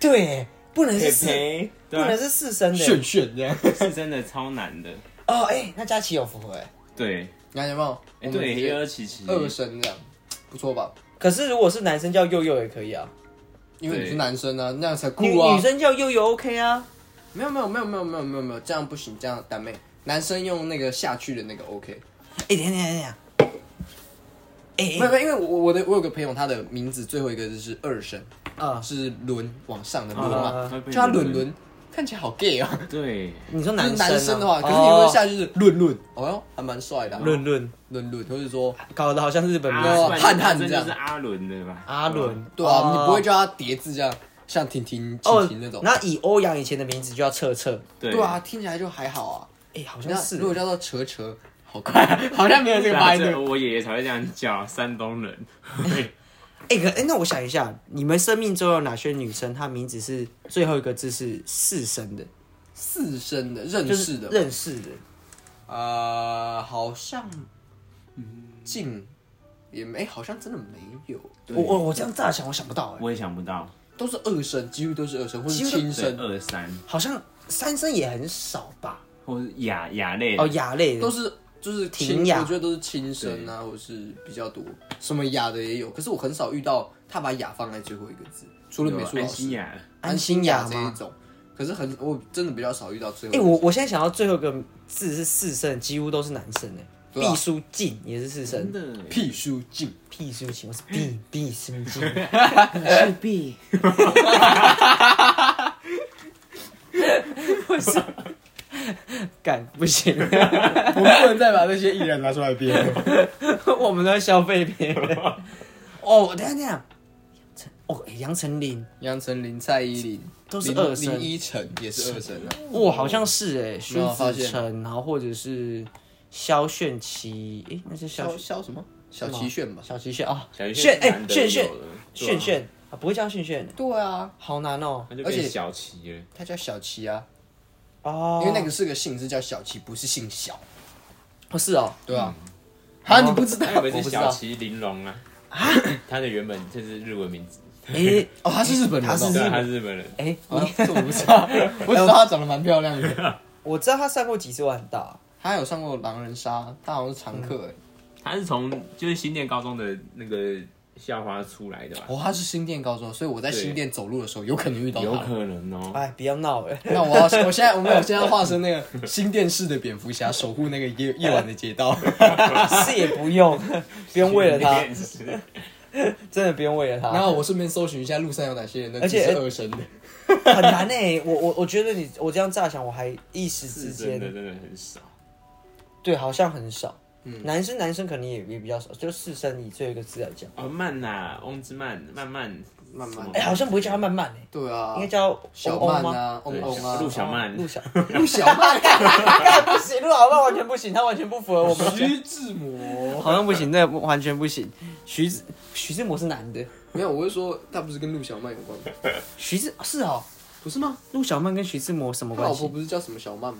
Speaker 1: 对，不能
Speaker 2: 佩
Speaker 1: 是四，
Speaker 2: 佩，
Speaker 1: 不
Speaker 2: 对啊
Speaker 1: 能，是四声
Speaker 3: 炫
Speaker 1: 的。
Speaker 3: 炫这样。
Speaker 2: 是真的超难的。
Speaker 1: 哦，哎，那佳琪有符合哎，
Speaker 2: 对，
Speaker 3: 你看有没有？我
Speaker 2: 哎
Speaker 3: 们直
Speaker 2: 对，
Speaker 3: 接
Speaker 2: 一二七七，
Speaker 3: 二声这样，不不错吧？
Speaker 1: 可是如果是男生叫佑佑也可以啊，
Speaker 3: 因为你
Speaker 2: 对
Speaker 3: 是男生啊，那样才酷
Speaker 1: 女
Speaker 3: 啊
Speaker 1: 女。生叫佑佑 OK 啊。
Speaker 3: 没有没有没有没有没有没有没有，这样不行，这样打妹。男生用那个下去的那个 OK，
Speaker 1: 哎、等一下等一下等一下，哎、
Speaker 3: 没有，没有因为我我的我有个朋友，他的名字最后一个字是二声，
Speaker 1: 啊、
Speaker 3: 是轮往上的轮
Speaker 1: 啊
Speaker 3: 嘛，
Speaker 1: 啊
Speaker 2: 会被
Speaker 3: 叫他轮轮，看起来好 gay 哦。
Speaker 2: 对，
Speaker 1: 你说
Speaker 3: 就是
Speaker 1: 男
Speaker 3: 男
Speaker 1: 生
Speaker 3: 生
Speaker 1: 啊
Speaker 3: 的话，可是你会下去是论论，哦哟，还蛮帅的啊。
Speaker 1: 哦论论，
Speaker 3: 论论，或是说
Speaker 1: 搞得好像日本名
Speaker 2: 阿
Speaker 1: 字
Speaker 3: 啊
Speaker 2: 伦
Speaker 3: 汉汉
Speaker 2: 真
Speaker 3: 这
Speaker 2: 的
Speaker 3: 样
Speaker 2: 是阿伦的吧？
Speaker 1: 阿伦，
Speaker 3: 对啊，你不会
Speaker 1: 叫
Speaker 3: 叫他叠字这样，像婷婷、
Speaker 1: 哦
Speaker 3: 晴晴那种。
Speaker 1: 那以欧阳以前的名字就叫彻彻，
Speaker 2: 对
Speaker 3: 对啊，，听起来就还好啊。
Speaker 1: 哎、好像
Speaker 3: 那
Speaker 1: 是
Speaker 3: 如果叫做扯扯，好快啊， 好像没有这
Speaker 2: 这
Speaker 3: 个
Speaker 2: 个
Speaker 3: 发
Speaker 2: 白
Speaker 3: 音
Speaker 2: 的，
Speaker 3: 的。
Speaker 2: 我爷爷才会这样叫山东人。
Speaker 1: 哎、可哎、那我想一下，你们生命中有哪些女生，她名字是最后一个字是四声的，
Speaker 3: 四声的，认
Speaker 1: 就
Speaker 3: 识
Speaker 1: 是
Speaker 3: 的，
Speaker 1: 认识的，
Speaker 3: 呃，好像，嗯，静也没，好像真的没有，
Speaker 1: 我我我这样乍想我想不到哎、
Speaker 2: 我也想不到，
Speaker 3: 都是二声，几乎都嗯是二声或
Speaker 1: 几
Speaker 3: 是
Speaker 1: 乎都
Speaker 2: 对
Speaker 3: 轻声，
Speaker 2: 二三
Speaker 1: 好像三声也很少吧？
Speaker 2: 或是雅雅类的
Speaker 1: 哦，雅类的
Speaker 3: 都是就是
Speaker 1: 婷
Speaker 3: 轻，
Speaker 1: 雅
Speaker 3: 我觉得都是轻声啊，或是比较多，什么雅的也有，可是我很少遇到他把雅放在最后一个字，除了
Speaker 2: 有
Speaker 3: 美术老
Speaker 2: 安心
Speaker 3: 师
Speaker 2: 哦雅，
Speaker 1: 安心雅
Speaker 3: 安这一
Speaker 1: 吗？
Speaker 3: 种，可是很我真的比较少遇到最
Speaker 1: 哎、
Speaker 3: 后一个字。
Speaker 1: 我我现在想到最后一个字是四声，几乎都是男生哎、
Speaker 3: 对啊
Speaker 1: 毕书尽也是四声
Speaker 2: 真，的
Speaker 3: 屁书静，
Speaker 1: 毕书尽我是 毕毕书尽，
Speaker 2: 是 B，
Speaker 1: 干不行，
Speaker 3: 我们不能再把那些艺人拿出来编了。
Speaker 1: 我们都在消费别人。哦，等一下等一下，哦，哎杨丞琳，
Speaker 3: 杨丞琳、蔡依林
Speaker 1: 都是
Speaker 3: 林
Speaker 1: 二声
Speaker 3: 林依晨也是二声啊。
Speaker 1: 哇，好像是哎，徐
Speaker 3: 有哦发
Speaker 1: 子
Speaker 3: 现
Speaker 1: 晨，然后或者是萧炫琪，哎，那是萧
Speaker 3: 萧萧什么？小齐炫吧。
Speaker 1: 小琪炫啊，
Speaker 2: 小
Speaker 1: 炫哎
Speaker 2: 难得
Speaker 1: 炫炫
Speaker 2: 有了对啊
Speaker 1: 炫炫啊，不会叫炫炫，
Speaker 3: 对啊，
Speaker 1: 好难哦
Speaker 2: 他就
Speaker 3: 而且
Speaker 2: 变小齐了，
Speaker 3: 他叫小齐啊，
Speaker 1: 哦
Speaker 3: 因，为那个是个姓，是叫小齐，不是姓小。
Speaker 1: 不是哦，
Speaker 3: 对啊。啊，你不知道
Speaker 2: 他？哦以为
Speaker 1: 我不
Speaker 2: 是
Speaker 1: 知道
Speaker 2: 小齐玲珑啊？他的原本就是日文名字，
Speaker 1: 哎
Speaker 3: 哦，他是日本人哦。
Speaker 1: 他是
Speaker 2: 对
Speaker 1: 日
Speaker 2: 啊，
Speaker 1: 本
Speaker 2: 他是日本人。
Speaker 1: 哎，
Speaker 3: 啊，这我不知道，我只知道他长得蛮漂亮的。
Speaker 1: 我知道他上过几次我很大，
Speaker 3: 他有上过《狼人杀》，他好像是常客哎。
Speaker 2: 他是从就是新店高中的那个校花出来的吧？
Speaker 3: 哦，他是新店高中，所以我在
Speaker 2: 对
Speaker 3: 新店走路的时候有可能遇到
Speaker 2: 有
Speaker 3: 他。
Speaker 2: 可能哦、
Speaker 1: 哎，不要闹了，
Speaker 3: 那我要，我现在我没有，现在化身那个新店市的蝙蝠侠，守护那个夜夜晚的街道。
Speaker 1: 是也不用， 不用为了 他，
Speaker 2: 他，
Speaker 1: 真的不用为了他，
Speaker 3: 然后我顺便搜寻一下路上有哪些人，那
Speaker 1: 而
Speaker 3: 只
Speaker 1: 且
Speaker 3: 是二声的。
Speaker 1: 很难
Speaker 3: 欸
Speaker 1: 哎， 我我我觉得你我这样乍想我还一时之
Speaker 2: 是真的
Speaker 1: 间，
Speaker 2: 真的很少。
Speaker 1: 对，好像很少。
Speaker 3: 嗯
Speaker 1: 男生男生可能也也比较少，就四声以最后一个字来
Speaker 3: 嗯
Speaker 1: 讲，
Speaker 2: 哦，慢呐、翁之慢，慢慢，
Speaker 3: 慢慢
Speaker 2: 什么
Speaker 1: 哎、好像不会叫他慢慢哎、
Speaker 3: 对啊，
Speaker 1: 应该叫
Speaker 3: 小
Speaker 1: 欧欧
Speaker 3: 曼
Speaker 1: 吗？
Speaker 3: 啊，
Speaker 2: 对
Speaker 3: 翁翁啊，
Speaker 2: 陆小曼，
Speaker 1: 哦陆小，
Speaker 3: 陆小曼，
Speaker 1: 干不行，陆小曼完全不行，他完全不符合我们，
Speaker 3: 徐志摩。
Speaker 1: 好像不行，那完全不行。徐子徐志摩是男的，
Speaker 3: 没有，我是说他不是跟陆小曼有关吗？
Speaker 1: 徐志是哦，
Speaker 3: 不是吗？
Speaker 1: 陆小曼跟徐志摩什么
Speaker 3: 他
Speaker 1: 关
Speaker 3: 老婆
Speaker 1: 系？
Speaker 3: 不是叫什么小曼吗？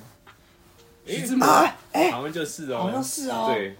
Speaker 2: 徐
Speaker 3: 志摩
Speaker 2: 好像就是哦、
Speaker 1: 哎好像是哦
Speaker 2: 对，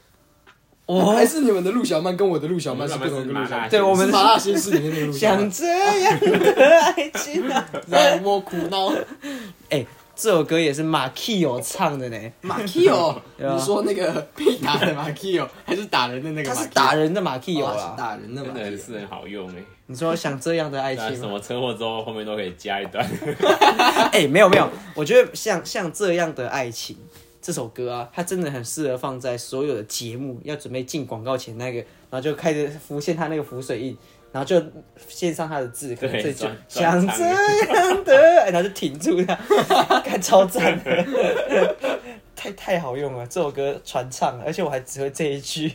Speaker 1: 哦
Speaker 3: 还，是你们的陆小曼跟我的陆小曼是不同的陆小曼？
Speaker 1: 对我们
Speaker 3: 是麻辣鲜师里面的陆 小
Speaker 1: 想
Speaker 3: 曼。
Speaker 1: 这样的爱情啊！
Speaker 3: 让我苦恼。
Speaker 1: 哎、这首歌也是马 k 有唱的呢，
Speaker 3: 马 k 哦，
Speaker 1: 对啊
Speaker 3: 你说那个被打的马 k 哦，还是打人的那个
Speaker 1: 他
Speaker 3: 马 k？
Speaker 1: 是打人的马 k 有
Speaker 3: 哦是
Speaker 1: 啦。
Speaker 3: 打人的
Speaker 2: 真
Speaker 3: 马
Speaker 2: 的
Speaker 3: k
Speaker 2: 很是很好用哎、
Speaker 1: 你说想这样的爱
Speaker 2: 对啊，
Speaker 1: 情
Speaker 2: 什
Speaker 1: 吗？
Speaker 2: 么车祸之后后面都可以加一段，
Speaker 1: 哎、没有没有，我觉得像像这样的爱情这首歌啊，它真的很适合放在所有的节目要准备进广告前那个，然后就开始浮现它那个浮水印，然后就献上它的字，可能
Speaker 2: 对
Speaker 1: 这就
Speaker 2: 转转
Speaker 1: 想
Speaker 2: 场
Speaker 1: 这样的，哎然后就停住它， 看超赞的， 太太好用了，这首歌传唱，而且我还只会这一句。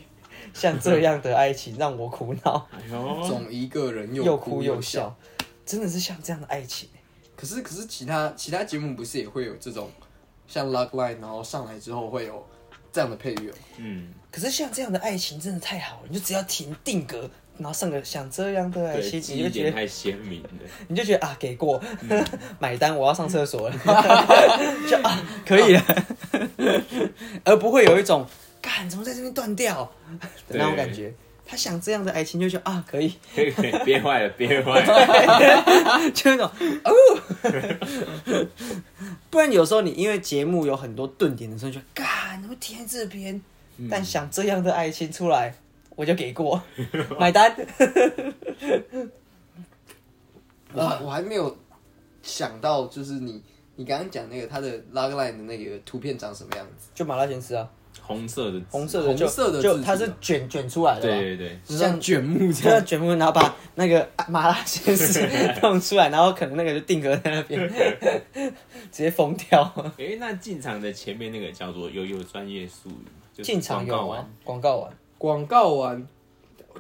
Speaker 1: 像这样的爱情让我苦恼，
Speaker 2: 哎呦，
Speaker 3: 总一个人
Speaker 1: 又哭
Speaker 3: 哭
Speaker 1: 又
Speaker 3: 笑。
Speaker 1: 笑，真的是像这样的爱情、
Speaker 3: 可是可是其他其他节目不是也会有这种像 Log Line，然后上来之后会有这样的配乐哦、
Speaker 2: 嗯，
Speaker 1: 可是像这样的爱情真的太好了，你就只要停定格，然后上个像这样的爱
Speaker 2: 对，
Speaker 1: 情，
Speaker 2: 记
Speaker 1: 你
Speaker 2: 忆
Speaker 1: 就觉
Speaker 2: 点嗯
Speaker 1: 得
Speaker 2: 太鲜明了，
Speaker 1: 你就觉得啊，给过， 买单，我要上厕 所了，就啊，可以了， 而不会有一种干怎么在这边断掉的那种
Speaker 2: 对
Speaker 1: 感觉。他想这样的爱情，就觉得啊，可以，
Speaker 2: 可以可以，憋坏了，憋坏了，
Speaker 1: 就那种 哦，不然有时候你因为节目
Speaker 2: 嗯
Speaker 1: 有很多顿点的时候，就干，怎么填这边？但想这样的爱情出来，我就给 过，买单。
Speaker 3: 我
Speaker 1: 啊
Speaker 3: 还我还没有想到，就是你你刚刚讲那个它的 log line 的那个图片长什么样子？
Speaker 1: 就麻辣鲜师啊，
Speaker 2: 红色的，
Speaker 1: 红色的就
Speaker 3: 红色的
Speaker 1: 就
Speaker 3: 字
Speaker 1: 它
Speaker 3: 体
Speaker 1: 是
Speaker 3: 吗
Speaker 1: 卷卷出来的啊嘛，
Speaker 2: 对对对，
Speaker 3: 就像卷木这
Speaker 1: 这
Speaker 3: 样
Speaker 1: 样，卷木，然后把那个啊麻辣鲜师弄出来，然后可能那个就定格在那边，直接疯掉。
Speaker 2: 哎、那进场的前面那个叫做有有专业术语吗，就是
Speaker 1: 进场
Speaker 2: 广告
Speaker 1: 有啊
Speaker 2: 完
Speaker 1: 吗？广告完，
Speaker 3: 广告完，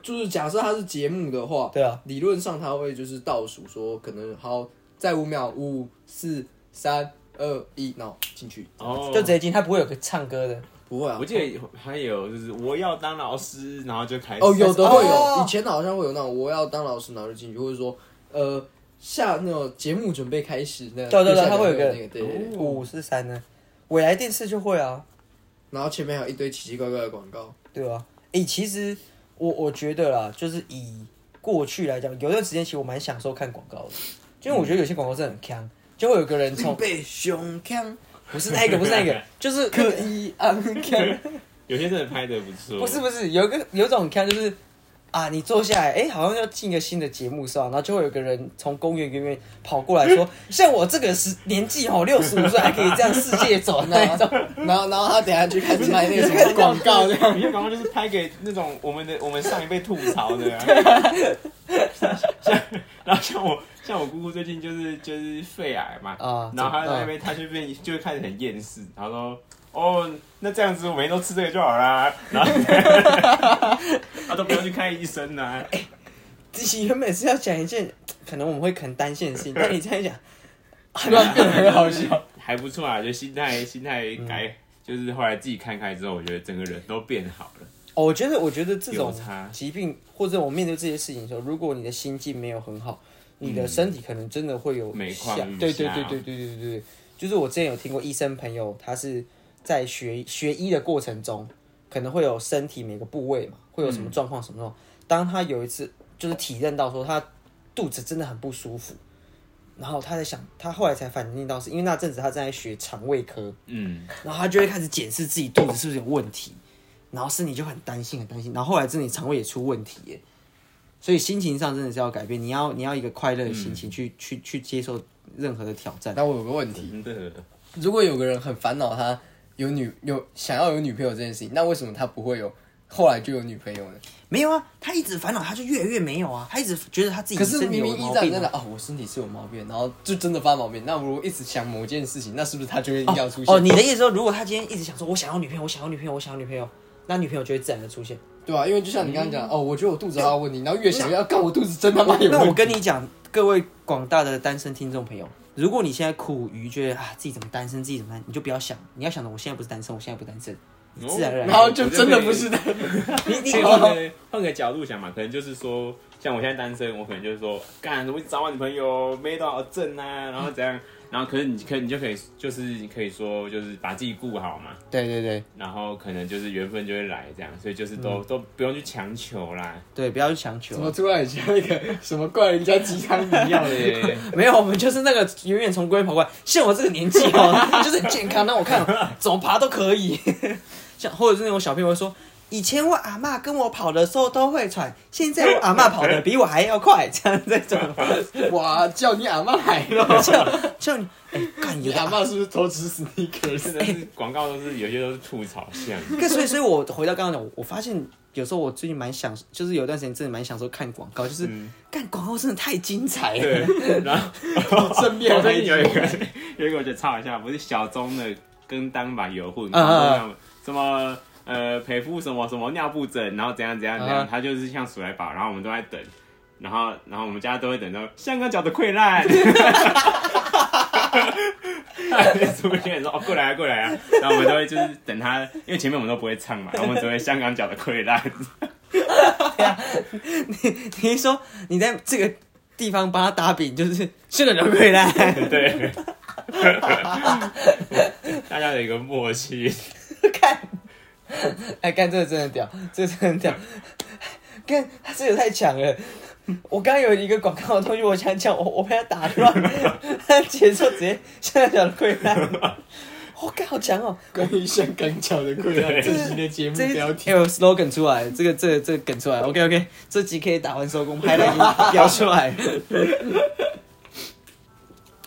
Speaker 3: 就是假设它是节目的话，
Speaker 1: 对啊，
Speaker 3: 理论上它会就是倒数说，可能好再五秒，五四三二一，然后进去，
Speaker 2: 哦，
Speaker 1: 就直接进，他不会有个唱歌的，
Speaker 3: 不会啊
Speaker 2: 我。记得还有就是我要当老师，然后就开始
Speaker 3: 哦，有的会
Speaker 1: 哦
Speaker 3: 有，以前好像会有那种我要当老师，然后就进去，或者说呃下那种节目准备开始那个，
Speaker 1: 对对对
Speaker 3: 下面
Speaker 1: 它会有
Speaker 3: 有
Speaker 1: 个
Speaker 3: 那个，对对对，
Speaker 1: 五是三呢，未来电视就会啊，
Speaker 3: 然后前面还有一堆奇奇怪怪的广告，
Speaker 1: 对吧、啊？诶、其实我我觉得啦，就是以过去来讲，有段时间其实我蛮享受看广告的，因为我觉得有些广告真的很强，就会有个人从
Speaker 3: 被熊康
Speaker 1: 不是那个不是那个，就是
Speaker 3: 可以安康，
Speaker 2: 有些真的拍的不 错，
Speaker 1: 不是不是，有一个有一种看就是啊，你坐下来，哎、好像要进个新的节目是吧？然后就会有个人从公园远远跑过来 说，像我这个时年纪哦，六十五岁还可以这样世界走那一种，
Speaker 3: 然后然后他等下去 开始卖那个什么广告这样。
Speaker 2: 有些广告就是拍给那种我们的我们上一辈吐槽的、啊，像像 然后像我像我姑姑最近就是就是肺癌嘛，
Speaker 1: 啊
Speaker 2: 然后她
Speaker 1: 怎么
Speaker 2: 在那边她就变就开始很厌世，然后说哦那这样子我每天都吃这个就好啦，然后 她都不用去看医生啦、
Speaker 1: 你原本是要讲一件可能我们会很担心的事情，但你这样讲，哎
Speaker 3: 很好笑。
Speaker 2: 还不错啊，就心态心态改。
Speaker 1: 嗯
Speaker 2: 就是后来自己看开之后，我觉得整个人都变好了。
Speaker 1: 哦我觉得我觉得这种
Speaker 2: 有差
Speaker 1: 疾病或者我面对这些事情的时候，如果你的心境没有很好，你的身体可能真的会有
Speaker 2: 每况
Speaker 1: 下
Speaker 2: 愈
Speaker 1: 对对
Speaker 2: 下
Speaker 1: 对对对对对对，就是我之前有听过医生朋友，他是在学学医的过程中，可能会有身体每个部位嘛，会有什么状况什么状况。当他有一次就是体认到说他肚子真的很不舒服，然后他在想，他后来才反应到是因为那阵子他正在学肠胃科，
Speaker 2: 嗯，
Speaker 1: 然后他就会开始检视自己肚子是不是有问题，然后身体就很担心很担心，然后后来真的肠胃也出问题耶，所以心情上真的是要改变，你要你要一个快乐的心情去、去去接受任何的挑战。
Speaker 3: 那我有个问题，
Speaker 2: 真的
Speaker 3: 如果有个人很烦恼他有女有想要有女朋友这件事情，那为什么他不会有后来就有女朋友呢？
Speaker 1: 没有啊，他一直烦恼，他就越来越没有啊，他一直觉得他自己
Speaker 3: 可是
Speaker 1: 身体
Speaker 3: 明
Speaker 1: 有
Speaker 3: 明依
Speaker 1: 毛
Speaker 3: 照
Speaker 1: 病
Speaker 3: 那
Speaker 1: 啊、
Speaker 3: 个啊，我身体是有毛病，然后就真的发毛病。那我如果一直想某件事情，那是不是他就会硬要出现？
Speaker 1: 哦，你的意思说，如果他今天一直想说，我想要女朋友，我想要女朋友，我想要女朋友，那女朋友就会自然的出现。
Speaker 3: 对啊，因为就像你刚刚讲，哦，我觉得我肚子好有问题，然后越想要，干我肚子真他妈有问题。
Speaker 1: 嗯那我 跟你讲，各位广大的单身听众朋友，如果你现在苦于觉得啊自己怎么单身，自己怎么单，你就不要想，你要想着我现在不是单身，我现在不单身，
Speaker 2: 哦
Speaker 1: 你自然而然
Speaker 3: 然后就真的不是的，
Speaker 1: 你 你
Speaker 2: 所以换个换个角度想嘛，可能就是说，像我现在单身，我可能就是说，干，我一直找我女朋友，没多少正啊，然后怎样，然后可是你可你就可以，就是你可以说，就是把自己顾好嘛，
Speaker 3: 对对对，
Speaker 2: 然后可能就是缘分就会来这样，所以就是都、
Speaker 1: 嗯
Speaker 2: 都不用去强求啦。
Speaker 1: 对，不要去强
Speaker 3: 怎么
Speaker 1: 求。啊
Speaker 3: 突然像那个什么怪人家鸡汤一 样？
Speaker 2: 对，
Speaker 1: 没有，我们就是那个远远从龟跑过来。像我这个年纪哦， 就是很健康，那我看哦 怎么爬都可以。 像或者是那种小朋友会说，以前我阿嬷跟我跑的时候都会喘，现在我阿嬷跑的比我还要快，这样这种。
Speaker 3: 哇，叫你阿妈来了，
Speaker 1: 像像哎，干、
Speaker 3: 你
Speaker 1: 有的
Speaker 3: 阿
Speaker 1: 阿
Speaker 3: 妈是不是偷吃 sneakers？
Speaker 2: 真的是广告都是有些都是吐槽像，
Speaker 1: 可所以，所以我回到刚刚讲，我我发现有时候我最近蛮享，就是有段时间真的蛮享受看广告，就是
Speaker 2: 嗯
Speaker 1: 看广告真的太精彩了。
Speaker 2: 对，然后
Speaker 3: 正面
Speaker 2: 我最
Speaker 3: 还
Speaker 2: 近有一个有一个我觉得超好笑，不是小钟的跟当把油混，
Speaker 3: 啊
Speaker 1: 嗯嗯嗯
Speaker 2: 然后什么呃赔付什么什么尿布疹，然后怎样怎样怎
Speaker 3: 啊
Speaker 2: 样，
Speaker 1: 嗯
Speaker 2: 他就是像鼠来宝，然后我们都在等，然后然后我们家都会等到香港脚的溃
Speaker 3: 啊
Speaker 2: 烂。 他就出现说：“哦，过来啊，过来啊！”然后我们都会就是等他，因为前面我们都不会唱嘛，然后我们只会香港脚的溃烂。
Speaker 1: 啊你 是说你在这个地方帮他打饼，就是 这个人回来，
Speaker 2: 对，大家有一个默契。
Speaker 1: 看，哎，干这个真的屌，这个真的很屌，干他这个太强了。我刚刚有一个广告的东西，我 想讲，我我被他打乱，他节奏直接现在讲溃烂，我靠，好强哦！
Speaker 3: 关于香港脚的贵阳，这期的节目
Speaker 1: 这一
Speaker 3: 标
Speaker 1: 集
Speaker 3: 题
Speaker 1: 哎呦 slogan 出来，这个这个这个梗出来，OK OK，这集可以打完收工，拍了已经 聊出来。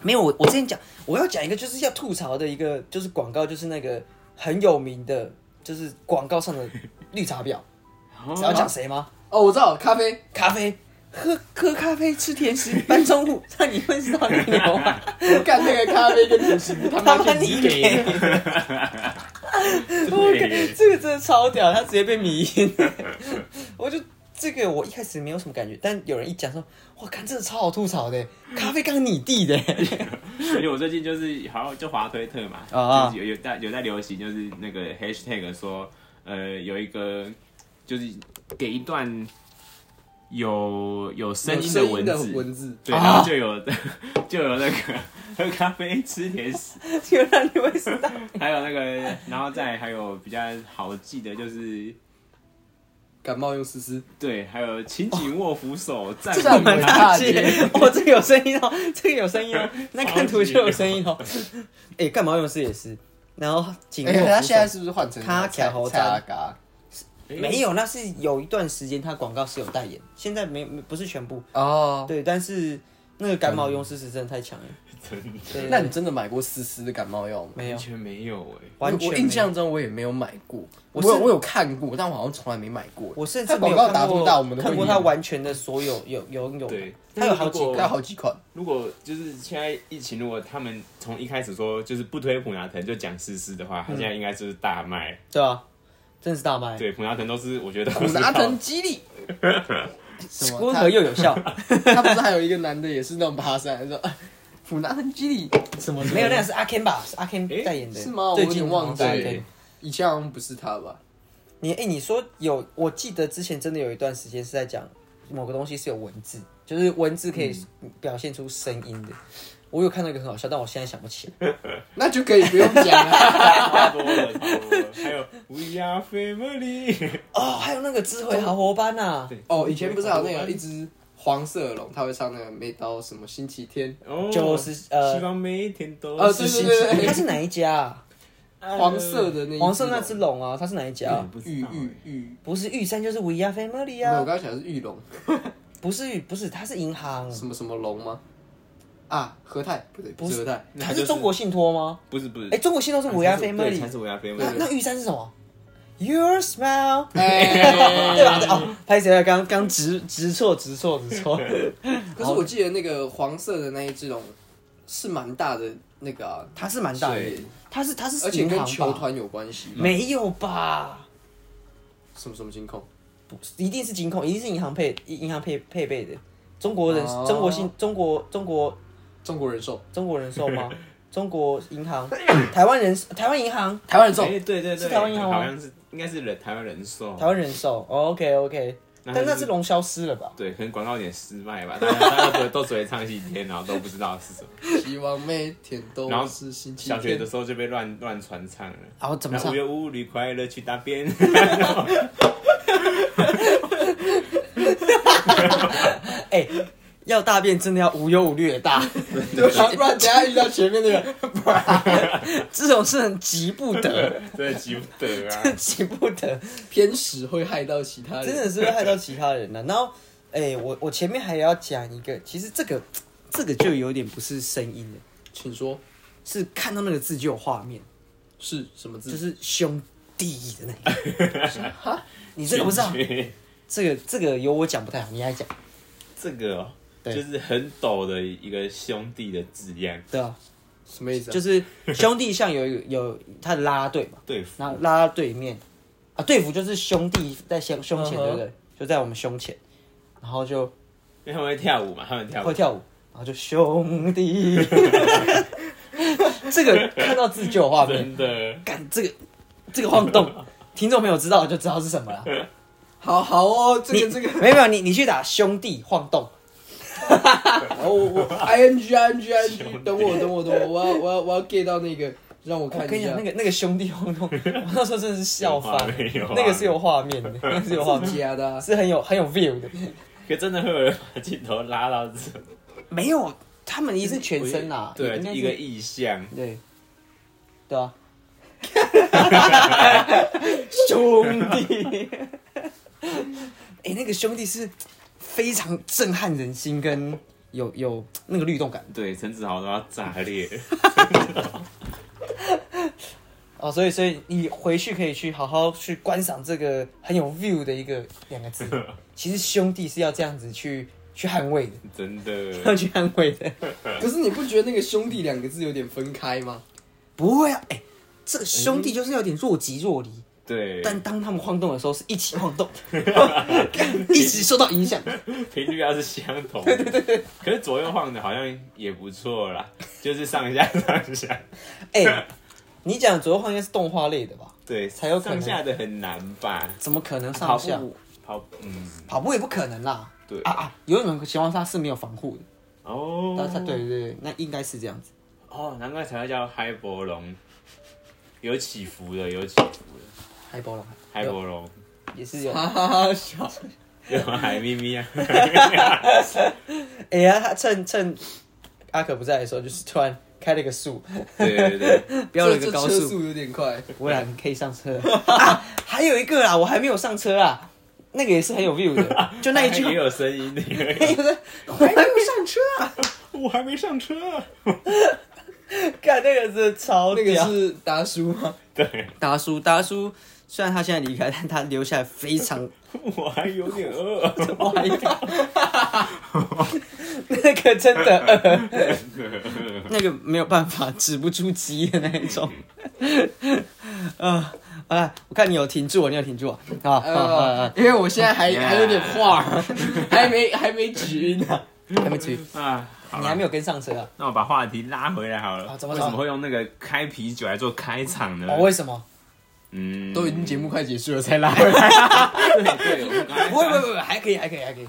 Speaker 1: 没有，我我之前讲，我要讲一个就是要吐槽的一个就是广告，就是那个很有名的，就是广告上的绿茶婊。你知道讲谁吗？
Speaker 3: 哦，我知道咖啡，
Speaker 1: 咖啡，喝喝咖啡，吃甜食，搬重 物，让你认识到你牛啊！
Speaker 3: 我干那个咖啡跟甜食，他妈
Speaker 1: 他
Speaker 3: 就
Speaker 1: 你
Speaker 3: 你给 的。
Speaker 1: 我靠
Speaker 2: 对，
Speaker 1: 这个真的超屌，他直接被迷晕。我就这个我一开始没有什么感觉，但有人一讲说，哇，看这个超好吐槽的，咖啡缸你弟的，
Speaker 2: 因为我最近就是好像就滑推特嘛，
Speaker 1: 啊啊
Speaker 2: 就是有有在有在流行，就是那个 hashtag 说，呃，有一个就是给一段有有声音的文
Speaker 3: 有声
Speaker 2: 字，
Speaker 3: 音的文字
Speaker 2: 对，
Speaker 1: 啊
Speaker 2: 然后就有、就有那个 喝咖啡吃甜食，
Speaker 1: 就让你会知道。
Speaker 2: 还有那个，然后再还有比较好记的就是。
Speaker 3: 感冒用思思，
Speaker 2: 对，还有请紧握扶手，站
Speaker 3: 站
Speaker 2: 稳
Speaker 3: 稳
Speaker 2: 踏
Speaker 3: 踏
Speaker 2: 步
Speaker 3: 步
Speaker 1: 姐，哦，这个有声音哦，这个有声音哦，那看图就有声音哦。哎、干嘛用事也是，然后紧握
Speaker 3: 哎，
Speaker 1: 扶手。
Speaker 3: 他现在是不是换成
Speaker 1: 他卡喉
Speaker 3: 蔡阿
Speaker 1: 赞
Speaker 3: 嘎？
Speaker 1: 没有，那是有一段时间他广告是有代言，现在没没不是全部。
Speaker 3: 哦，
Speaker 1: 对，但是那个感冒用事实真的太强了。
Speaker 2: 真的
Speaker 1: 对
Speaker 3: 那你真的买过思思的感冒药吗？
Speaker 1: 没有
Speaker 2: 完，全没有哎、
Speaker 1: 完全
Speaker 3: 我
Speaker 1: 没有
Speaker 3: 印象中我也没有买过，我
Speaker 1: 是
Speaker 3: 有我有看过，但我好像从来没买过。
Speaker 1: 我甚至
Speaker 3: 它
Speaker 1: 没
Speaker 3: 广
Speaker 1: 有
Speaker 3: 告
Speaker 1: 看
Speaker 3: 打这么
Speaker 1: 过
Speaker 3: 大，我们都
Speaker 1: 看
Speaker 3: 会
Speaker 1: 过
Speaker 3: 买
Speaker 1: 它完全的所有有有有
Speaker 2: 对
Speaker 1: 它有好几个
Speaker 2: 那如果
Speaker 3: 它有好几款，
Speaker 2: 如果就是现在疫情，如果他们从一开始说就是不推普拿疼，就讲思思的话，他现在应该就是大卖。
Speaker 1: 对啊，真的是大卖，
Speaker 2: 对，普拿疼都是我觉得
Speaker 3: 嗯普
Speaker 2: 普
Speaker 3: 拿藤激励。什么？
Speaker 1: 温和又有效，
Speaker 3: 他他不是还有一个男的也是那种爬山，说 啊普拿藤激励什么之
Speaker 1: 没
Speaker 3: 类的？
Speaker 1: 有那个是阿 Ken 吧？是阿 Ken
Speaker 2: 诶
Speaker 1: 代言的，
Speaker 3: 是吗？我
Speaker 1: 最
Speaker 3: 有
Speaker 1: 近
Speaker 3: 点忘记
Speaker 1: 好像
Speaker 2: 对
Speaker 1: 是阿 Ken
Speaker 3: 了，以前好像不是他吧？
Speaker 1: 你哎、你说有，我记得之前真的有一段时间是在讲某个东西是有文字，就是文字可以
Speaker 2: 嗯
Speaker 1: 表现出声音的。我有看到一个很好笑，但我现在想不起
Speaker 2: 嗯
Speaker 1: 来。
Speaker 3: 那就可以不用讲了。
Speaker 2: 差不多了，差不多了。还有 We Are Family，
Speaker 1: 哦，还有那个智慧好伙伴呐、啊，
Speaker 3: 哦，以前不是还有那个一只黄色的龙，它会唱那个每到什么星期天，
Speaker 2: 哦
Speaker 1: 就是呃
Speaker 2: 希望每一天都
Speaker 3: 呃
Speaker 2: 是
Speaker 3: 对对
Speaker 2: 星
Speaker 3: 对
Speaker 2: 期
Speaker 3: 对对
Speaker 1: 它是哪一家、啊？
Speaker 2: 二
Speaker 3: 黄色的那一
Speaker 1: 黄色那只
Speaker 3: 只
Speaker 1: 龙啊，它是哪一家、啊
Speaker 2: 嗯？不知
Speaker 3: 玉
Speaker 2: 道欸
Speaker 3: 玉玉，
Speaker 1: 不是玉山就是 We Are Family
Speaker 3: 没有，我
Speaker 1: 啊，
Speaker 3: 刚才想的是玉龙，
Speaker 1: 不是玉不是，它是银行，
Speaker 3: 什么什么龙吗？啊，和泰不对，不是和泰，
Speaker 2: 那
Speaker 1: 它
Speaker 2: 就是
Speaker 1: 是中国信托吗？
Speaker 2: 不是不是
Speaker 1: 哎、，中国信托是 We Are
Speaker 2: 才是对
Speaker 1: Family，
Speaker 2: 才是 We Are Family，
Speaker 1: 那 那玉山是什么？Your smile，
Speaker 3: 哎
Speaker 1: 对吧？对哦，拍谁了？刚刚直直错，直错，直错。
Speaker 3: 可是我记得那个黄色的那一只龙是蛮大的，那个啊，
Speaker 1: 它是蛮大的
Speaker 2: 对，
Speaker 1: 它是它是
Speaker 3: 而且
Speaker 1: 银
Speaker 3: 跟
Speaker 1: 行
Speaker 3: 球
Speaker 1: 吧？
Speaker 3: 团有关系吧？
Speaker 1: 没有吧？
Speaker 3: 什么什么金控？
Speaker 1: 不是，一定是金控，一定是银行配银行配配备的。中国人、
Speaker 3: 哦
Speaker 1: 中国信、中国中国
Speaker 3: 中国人寿，
Speaker 1: 中国人寿吗？中国银行、台湾人、台湾银行、
Speaker 3: 台湾人寿
Speaker 2: 哎，对对对，
Speaker 1: 是台湾银行吗
Speaker 2: 好像是应该是人台湾人寿，
Speaker 1: 台湾人寿。哦 OK OK，
Speaker 2: 那它
Speaker 1: 但那
Speaker 2: 是
Speaker 1: 只龙消失了吧？
Speaker 2: 对，可能广告有点失败吧，大家大家都都只会唱几天，然后都不知道是什么。
Speaker 3: 希望每天都
Speaker 2: 然后
Speaker 3: 是星期
Speaker 2: 小学
Speaker 3: 天
Speaker 2: 的。时候就被乱乱传唱了。
Speaker 1: 然啊后怎么
Speaker 2: 那
Speaker 1: 唱
Speaker 2: 无？忧无虑，快乐去大 便。
Speaker 1: 哎、要大便真的要无忧无虑的大，
Speaker 3: 对啊，不然等一下遇到前面那个，
Speaker 1: 这种事很急不得，
Speaker 2: 真的急不得啊！
Speaker 1: 急不得，
Speaker 3: 偏食会害到其他人。
Speaker 1: 真的是会害到其他人呢、然后，哎、我我前面还要讲一个，其实这个这个就有点不是声音了，
Speaker 3: 请说
Speaker 1: 是看到那个字就有画面，
Speaker 3: 是什么字？
Speaker 1: 就是兄弟的那个。 你这个不啊知道，这个这个由我讲不太好，你来讲，
Speaker 2: 这个哦、
Speaker 1: 对
Speaker 2: 就是很陡的一个兄弟的字样，
Speaker 1: 对吧、
Speaker 3: 什么意思啊？
Speaker 1: 就是兄弟像有有他的啦啦队嘛，
Speaker 2: 对付，
Speaker 1: 然后拉到对面啊，队服就是兄弟在胸胸前，
Speaker 3: 嗯哼
Speaker 1: 对不对？就在我们胸前，然后就
Speaker 2: 因为他们会跳舞嘛，他们跳舞
Speaker 1: 会，跳舞，然后就兄弟。 这个看到自救画面，
Speaker 2: 真的
Speaker 1: 干这个这个晃动，听众朋友知道就知道是什么 了。
Speaker 3: 好好哦，这
Speaker 1: 你
Speaker 3: 个这 个，
Speaker 1: 没有没有，你你去打兄弟晃动，
Speaker 3: 好哦我我 i n g i n g i n
Speaker 2: 兄
Speaker 3: g，
Speaker 2: 弟
Speaker 3: 等我等我等我，我要我要我要 get 到那个，让我
Speaker 1: 我
Speaker 3: 哦看
Speaker 1: 跟
Speaker 3: 一
Speaker 1: 你
Speaker 3: 下
Speaker 1: 讲那个那个兄弟晃动， 我那时候真的是笑翻了
Speaker 2: 有画面有画，面
Speaker 1: 那个是有画面的，那个是有画 面，
Speaker 3: 假的啊，
Speaker 1: 是很有很有 view 的。
Speaker 2: 可真的会有人把镜头拉到这，
Speaker 1: 没有，他们一定是全身啦，啊
Speaker 2: 对，
Speaker 1: 应该是
Speaker 2: 一个意象，
Speaker 1: 对，对啊，兄 弟，哎、那个兄弟是非常震撼人心，跟有有那个律动感
Speaker 2: 对，陈子豪都要炸 裂。
Speaker 1: 哦，所以所以你回去可以去好好去观赏这个很有 view 的一个两个字。其实兄弟是要这样子去去捍卫的，
Speaker 2: 真
Speaker 1: 要
Speaker 2: 的，
Speaker 1: 去捍卫的。
Speaker 3: 可是你不觉得那个“兄弟”两个字有点分开吗？
Speaker 1: 不会啊，哎、这个兄弟就是有点若即若离，
Speaker 2: 对，
Speaker 1: 但当他们晃动的时候是一起晃动， 一起受到影响。
Speaker 2: 频率要是相同，对对对可是左右晃的好像也不错啦，就是上下上下，
Speaker 1: 哎、你讲左右晃应该是动画类的吧？
Speaker 2: 对，
Speaker 1: 才有可能
Speaker 2: 上下的很难吧？
Speaker 1: 怎么可能
Speaker 2: 跑
Speaker 1: 上下？
Speaker 2: 步，跑，嗯，
Speaker 1: 跑步也不可能啦。
Speaker 2: 对
Speaker 1: 啊啊，有一种情况下是没有防护的，
Speaker 2: 哦，
Speaker 1: 但是他对对对，那应该是这样子。
Speaker 2: 哦，难怪才会叫嗨博龙，有起伏的，有起伏的，
Speaker 1: 海波龙，
Speaker 2: 嗨博龙，
Speaker 1: 也是有。
Speaker 3: 哈哈哈笑。
Speaker 2: 有海咪咪 啊，
Speaker 1: 哎呀，他趁趁阿可不在的时候，就是突然开了个 速，
Speaker 2: 对对对，
Speaker 1: 飙了个
Speaker 3: 这这
Speaker 1: 高
Speaker 3: 车
Speaker 1: 速，
Speaker 3: 速有点快。
Speaker 1: 不然可以上 车啊。还有一个啦，我还没有上车啊，那个也是很有 view 的，就那一句话
Speaker 2: 也，有声 音，
Speaker 1: 我还没有上车啊，
Speaker 2: 我还没上车，
Speaker 1: 看那个是超
Speaker 3: 那个
Speaker 1: 屌。
Speaker 3: 是达叔 吗？
Speaker 2: 对
Speaker 1: 达叔，达叔虽然他现在离开，但他留下来非常
Speaker 2: 我还有点饿，
Speaker 1: 我还看， 那个真的、 呃那个没有办法止不住急的那一种。啊、好了，我看你有停住我，你有停住我啊啊啊
Speaker 3: 呃
Speaker 1: 啊！，
Speaker 3: 因为我现在 还
Speaker 2: Yeah
Speaker 3: 还有点话，还没还没止晕呢。
Speaker 1: 还没去，
Speaker 2: 啊，好
Speaker 1: 你
Speaker 2: 啦
Speaker 1: 还没有跟上车啊？
Speaker 2: 那我把话题拉回来好了。
Speaker 1: 啊怎么
Speaker 2: 为
Speaker 1: 了
Speaker 2: 什么会用那个开啤酒来做开场呢？
Speaker 1: 哦，为什么？
Speaker 2: 嗯，
Speaker 3: 都已经节目快结束了才来，
Speaker 2: 对对，我们刚才
Speaker 1: 不会不会不会，还可以还可以还可以。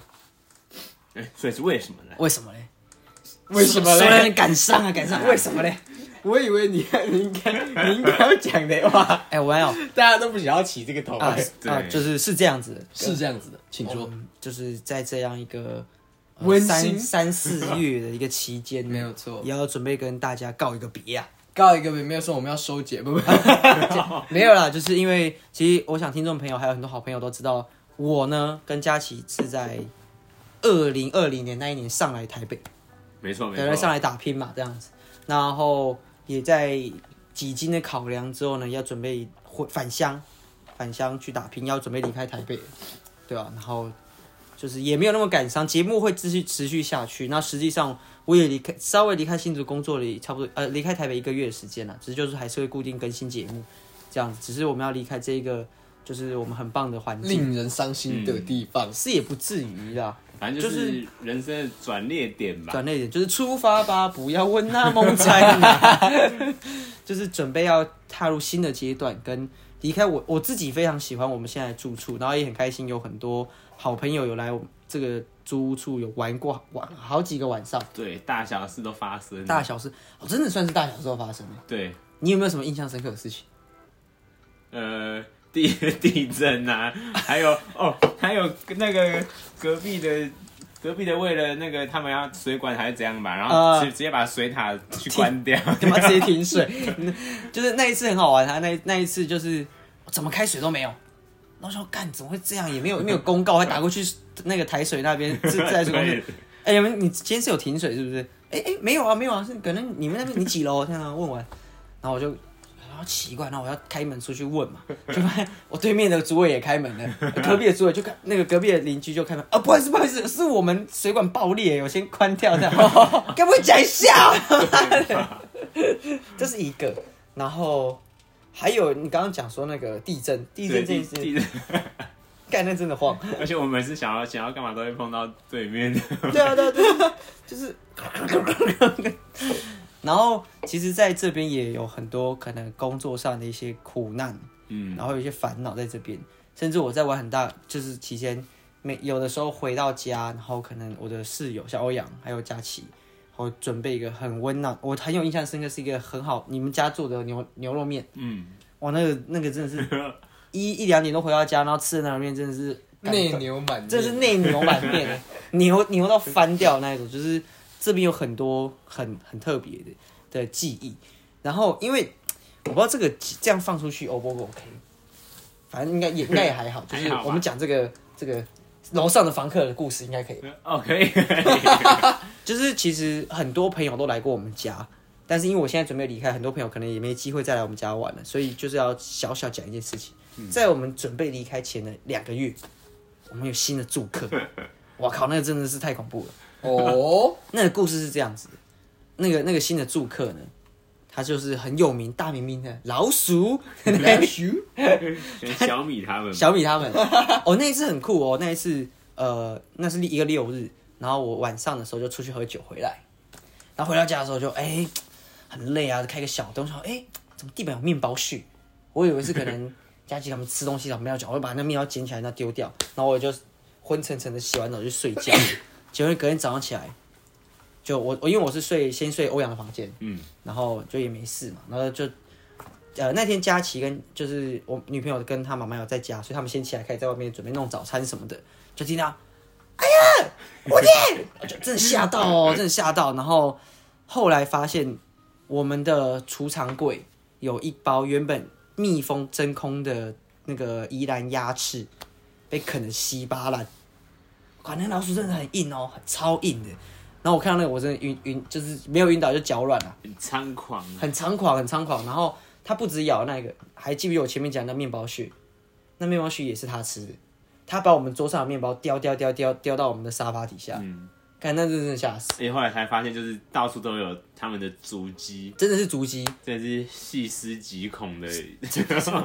Speaker 2: 哎所以是为什么呢？
Speaker 1: 为什么嘞？
Speaker 3: 为什么
Speaker 1: 虽然
Speaker 3: 嘞？
Speaker 1: 赶上啊赶上，为什么嘞？
Speaker 3: 我以为你 你应该你应该要讲的话，
Speaker 1: 哎，我还有
Speaker 3: 大家都不想要起这个头。
Speaker 1: 啊
Speaker 2: 对
Speaker 1: 啊，就是是这样子的，
Speaker 3: 是这样子的，请
Speaker 1: 我
Speaker 3: 说。
Speaker 1: 们就是在这样一个呃
Speaker 3: 温馨
Speaker 1: 三三四月的一个期 间，
Speaker 3: 没有错
Speaker 1: 也要准备跟大家告一个别啊。
Speaker 3: 告一个没有说我们要收节，不不，
Speaker 1: 没有啦，就是因为其实我想听众朋友还有很多好朋友都知道，我呢跟佳琪是在二零二零年那一年上来台北，
Speaker 2: 没错没
Speaker 1: 对，
Speaker 2: 错，
Speaker 1: 上来打拼嘛这样子，然后也在几经的考量之后呢，要准备回返乡，返乡去打拼，要准备离开台北，对吧、啊然后就是也没有那么感伤，节目会继续持续下去。那实际上我也离开，稍微离开新竹工作了差不多，呃，离开台北一个月的时间了，只是就是还是会固定更新节目这样子，只是我们要离开这个就是我们很棒的环 境，
Speaker 3: 令人伤心的地方。
Speaker 1: 是也不至于啦。
Speaker 2: 反正就是人生的转捩点吧。
Speaker 1: 转那一点，就是出发吧，不要问那梦在哪， 就是准备要踏入新的阶段，跟离开我我自己非常喜欢我们现在的住处，然后也很开心，有很多好朋友有来我们这个租屋处有玩过玩好几个晚上，
Speaker 2: 对，大小事都发生。
Speaker 1: 大小事，哦，真的算是大小事都发生了。
Speaker 2: 对，
Speaker 1: 你有没有什么印象深刻的事情？
Speaker 2: 呃，地 地 震啊，还有哦，还有那个隔壁的。隔壁的为了那个他们要水管还是怎样吧，然后
Speaker 1: 呃
Speaker 2: 直直接把水塔去关 掉，
Speaker 1: 干嘛直接停水？就是那一次很好玩，他那那一次就是哦怎么开水都没有，然后我想说干怎么会这样？也没有没有公告，还打过去那个台水那边自自来水公司
Speaker 2: 对，
Speaker 1: 哎、你们你今天是有停水是不是？哎、哎、没有啊，没有啊，是可能你们那边你几楼？这样啊问完，然后我就然后奇怪，然后我要开门出去问嘛， 就发现我对面的主委也开门 了，隔壁的主委就开那个隔壁的邻居就开门啊，不好意思不好意思，是我们水管爆裂，我先关掉这 样，该不会讲一下？ 这是一个，然后还有你刚刚讲说那个地震，地震
Speaker 2: 对
Speaker 1: 这件
Speaker 2: 地
Speaker 1: 事，
Speaker 2: 地震，
Speaker 1: 概念真的晃。
Speaker 2: 而且我们是想要想要干嘛都会碰到对 面的，
Speaker 1: 对啊，对啊，对啊，就是。 然后，其实在这边也有很多可能工作上的一些苦难，
Speaker 2: 嗯，
Speaker 1: 然后有一些烦恼在这边，甚至我在玩很大，就是期间，每有的时候回到家，然后可能我的室友像欧阳还有佳琪，我准备一个很温暖，我很有印象深刻是一个很好你们家做的牛牛肉面，
Speaker 2: 嗯，
Speaker 1: 哇，那个那个真的是一一两点都回到家，然后吃的那个面真的是感
Speaker 3: 内
Speaker 1: 动
Speaker 3: 牛满面，
Speaker 1: 这是内牛满面，牛牛到翻掉那一种，就是这边有很多很很特别的的记忆。然后因为我不知道这个这样放出去 O 不 OK，反正应该也应该也还好，就是
Speaker 2: 还好吧
Speaker 1: 我们讲这个这个楼上的房客的故事应该可以。
Speaker 2: 哦，可以，
Speaker 1: 就是其实很多朋友都来过我们家，但是因为我现在准备离开，很多朋友可能也没机会再来我们家玩了，所以就是要小小讲一件事情，在我们准备离开前的两个月，我们有新的住客，哇靠，那个真的是太恐怖了。
Speaker 3: 哦，
Speaker 1: 那个故事是这样子的，那个那个新的住客呢，他就是很有名大名名的老鼠，
Speaker 3: 老鼠
Speaker 2: 选小米他们，
Speaker 1: 小米他们。 哦，那一次很酷哦，那一次呃，那是一个六日，然后我晚上的时候就出去喝酒回来，然后回到家的时候就哎、很累啊，开个小灯说哎、怎么地板有面包絮？我以为是可能佳琪他们吃东西了没有讲，我就把那面包捡起来那丢掉，然后我就昏沉沉的洗完澡就睡 觉，结果隔天早上起来。就我我因为我是睡先睡欧阳的房间，
Speaker 2: 嗯，
Speaker 1: 然后就也没事嘛，然后就呃那天佳琪跟就是我女朋友跟她妈妈有在家，所以他们先起来开始在外面准备弄早餐什么的，就听到，哎呀，我天，就真的吓到哦，真的吓到。然后后来发现我们的储藏柜有一包原本密封真空的那个宜兰鸭翅，被啃得稀巴烂。哇，那老鼠真的很硬哦，超硬的。然后我看到那个，我真的晕晕，就是没有晕倒就脚软了。
Speaker 2: 很猖狂，啊
Speaker 1: 很猖狂，很猖狂。然后他不止咬那个，还记不记得我前面讲的面包屑？那面包屑也是他吃的，他把我们桌上的面包叼叼叼叼叼到我们的沙发底下，
Speaker 2: 嗯，
Speaker 1: 看那真的吓死，
Speaker 2: 而且后来才发现，就是到处都有他们的足迹，
Speaker 1: 真的是足迹。
Speaker 2: 真的是细思极恐的，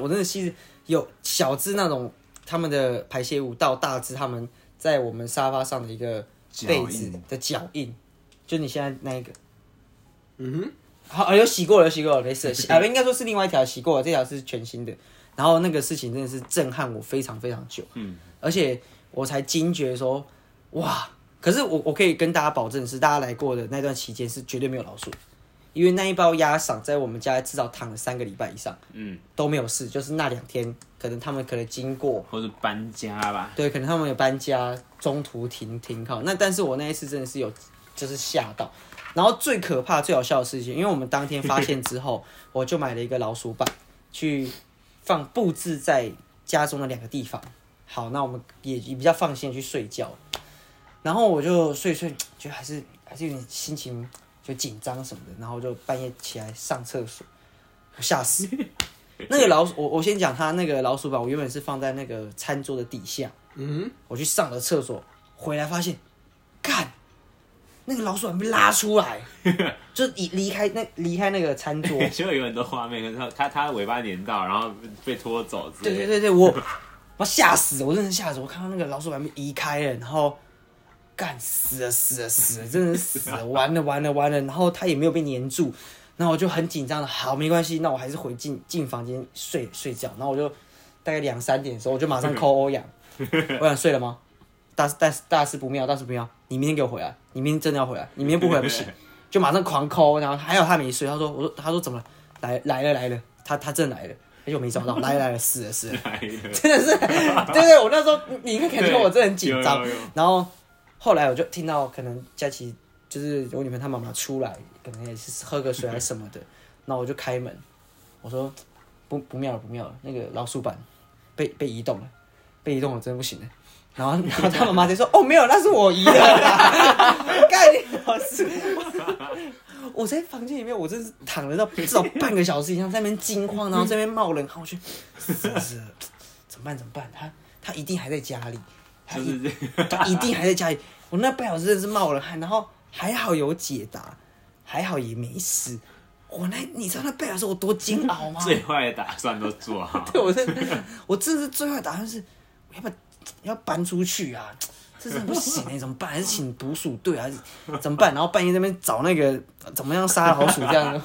Speaker 1: 我真的是有小只那种他们的排泄物，到大只他们在我们沙发上的一个被子
Speaker 2: 脚印
Speaker 1: 的脚印，就你现在那一个。
Speaker 3: 嗯哼，
Speaker 1: 好，啊有洗过了，有洗过了， 没事。洗啊，应该说是另外一条洗过了，这条是全新的。然后那个事情真的是震撼我非常非常久，
Speaker 2: 嗯，
Speaker 1: 而且我才惊觉说，哇！可是我我可以跟大家保证的是，大家来过的那段期间是绝对没有老鼠，因为那一包鸭嗓在我们家至少躺了三个礼拜以上
Speaker 2: 嗯，
Speaker 1: 都没有事，就是那两天可能他们可能经过，
Speaker 2: 或者搬家吧，
Speaker 1: 对，可能他们有搬家，中途停停靠。那但是我那一次真的是有，就是吓到。然后最可怕、最好笑的事情，因为我们当天发现之后，我就买了一个老鼠板去放布置在家中的两个地方。好，那我们也也比较放心的去睡觉。然后我就睡一睡，觉得还是还是有点心情就紧张什么的，然后就半夜起来上厕所，我吓死。那个老鼠，我我先讲它那个老鼠板，我原本是放在那个餐桌的底下，
Speaker 3: 嗯
Speaker 1: 我去上了厕所，回来发现，干，那个老鼠还被拉出来，就离离开那离开那个餐桌。
Speaker 2: 就有很多画面，可是它它它尾巴粘到，然后被拖走之
Speaker 1: 对对
Speaker 2: 类的，
Speaker 1: 对 对，我我吓死，我真的吓死，我看到那个老鼠还没移开了，然后干死了死了死了，真的是死了，完了完了完了，然后它也没有被粘住，然后我就很紧张的，好没关系，那我还是回进进房间睡睡觉，然后我就大概两三点的时候，我就
Speaker 2: 嗯
Speaker 1: 马上 call 欧 阳，欧阳睡了吗？大大大事不妙，大事不妙！你明天给我回来，你明天真的要回来，你明天不回来不 行，就马上狂抠。然后还有他没睡，他说，我说他说怎么了？来来了来了，他他真的来了，而且我没 找到，来了来了死了死了，
Speaker 2: 来的
Speaker 1: 真的是，对对，我那时候你应该感觉我真的很紧张
Speaker 2: 有有有。
Speaker 1: 然后后来我就听到可能佳琪就是我女朋友她妈妈出来，可能也是喝个水还是什么的，那我就开门，我说不不妙了不妙了，那个老鼠板被被移动了，被移动了真的不行了。然后，然后他妈妈就说：“哦，没有，那是我移的 啦。干你老师！ 我在房间里面，我真是躺了到至少半个小时以上，在那边惊慌，然后在那边冒冷汗，我去，是是，怎么办？怎么办？他他一定还在家里，他
Speaker 2: 就
Speaker 1: 一
Speaker 2: 是
Speaker 1: 他一定还在家里。我那半小时真的是冒冷汗，然后还好有解答，还好也没事。我那你知道那半小时我多煎熬吗？
Speaker 2: 最坏的打算都做好，
Speaker 1: 对我真的，我真的是最后的打算是，我要不要要搬出去啊？这真的不行哎、怎么办？还是请捕鼠队啊还是怎么办？然后半夜在那边找那个怎么样杀老鼠这样，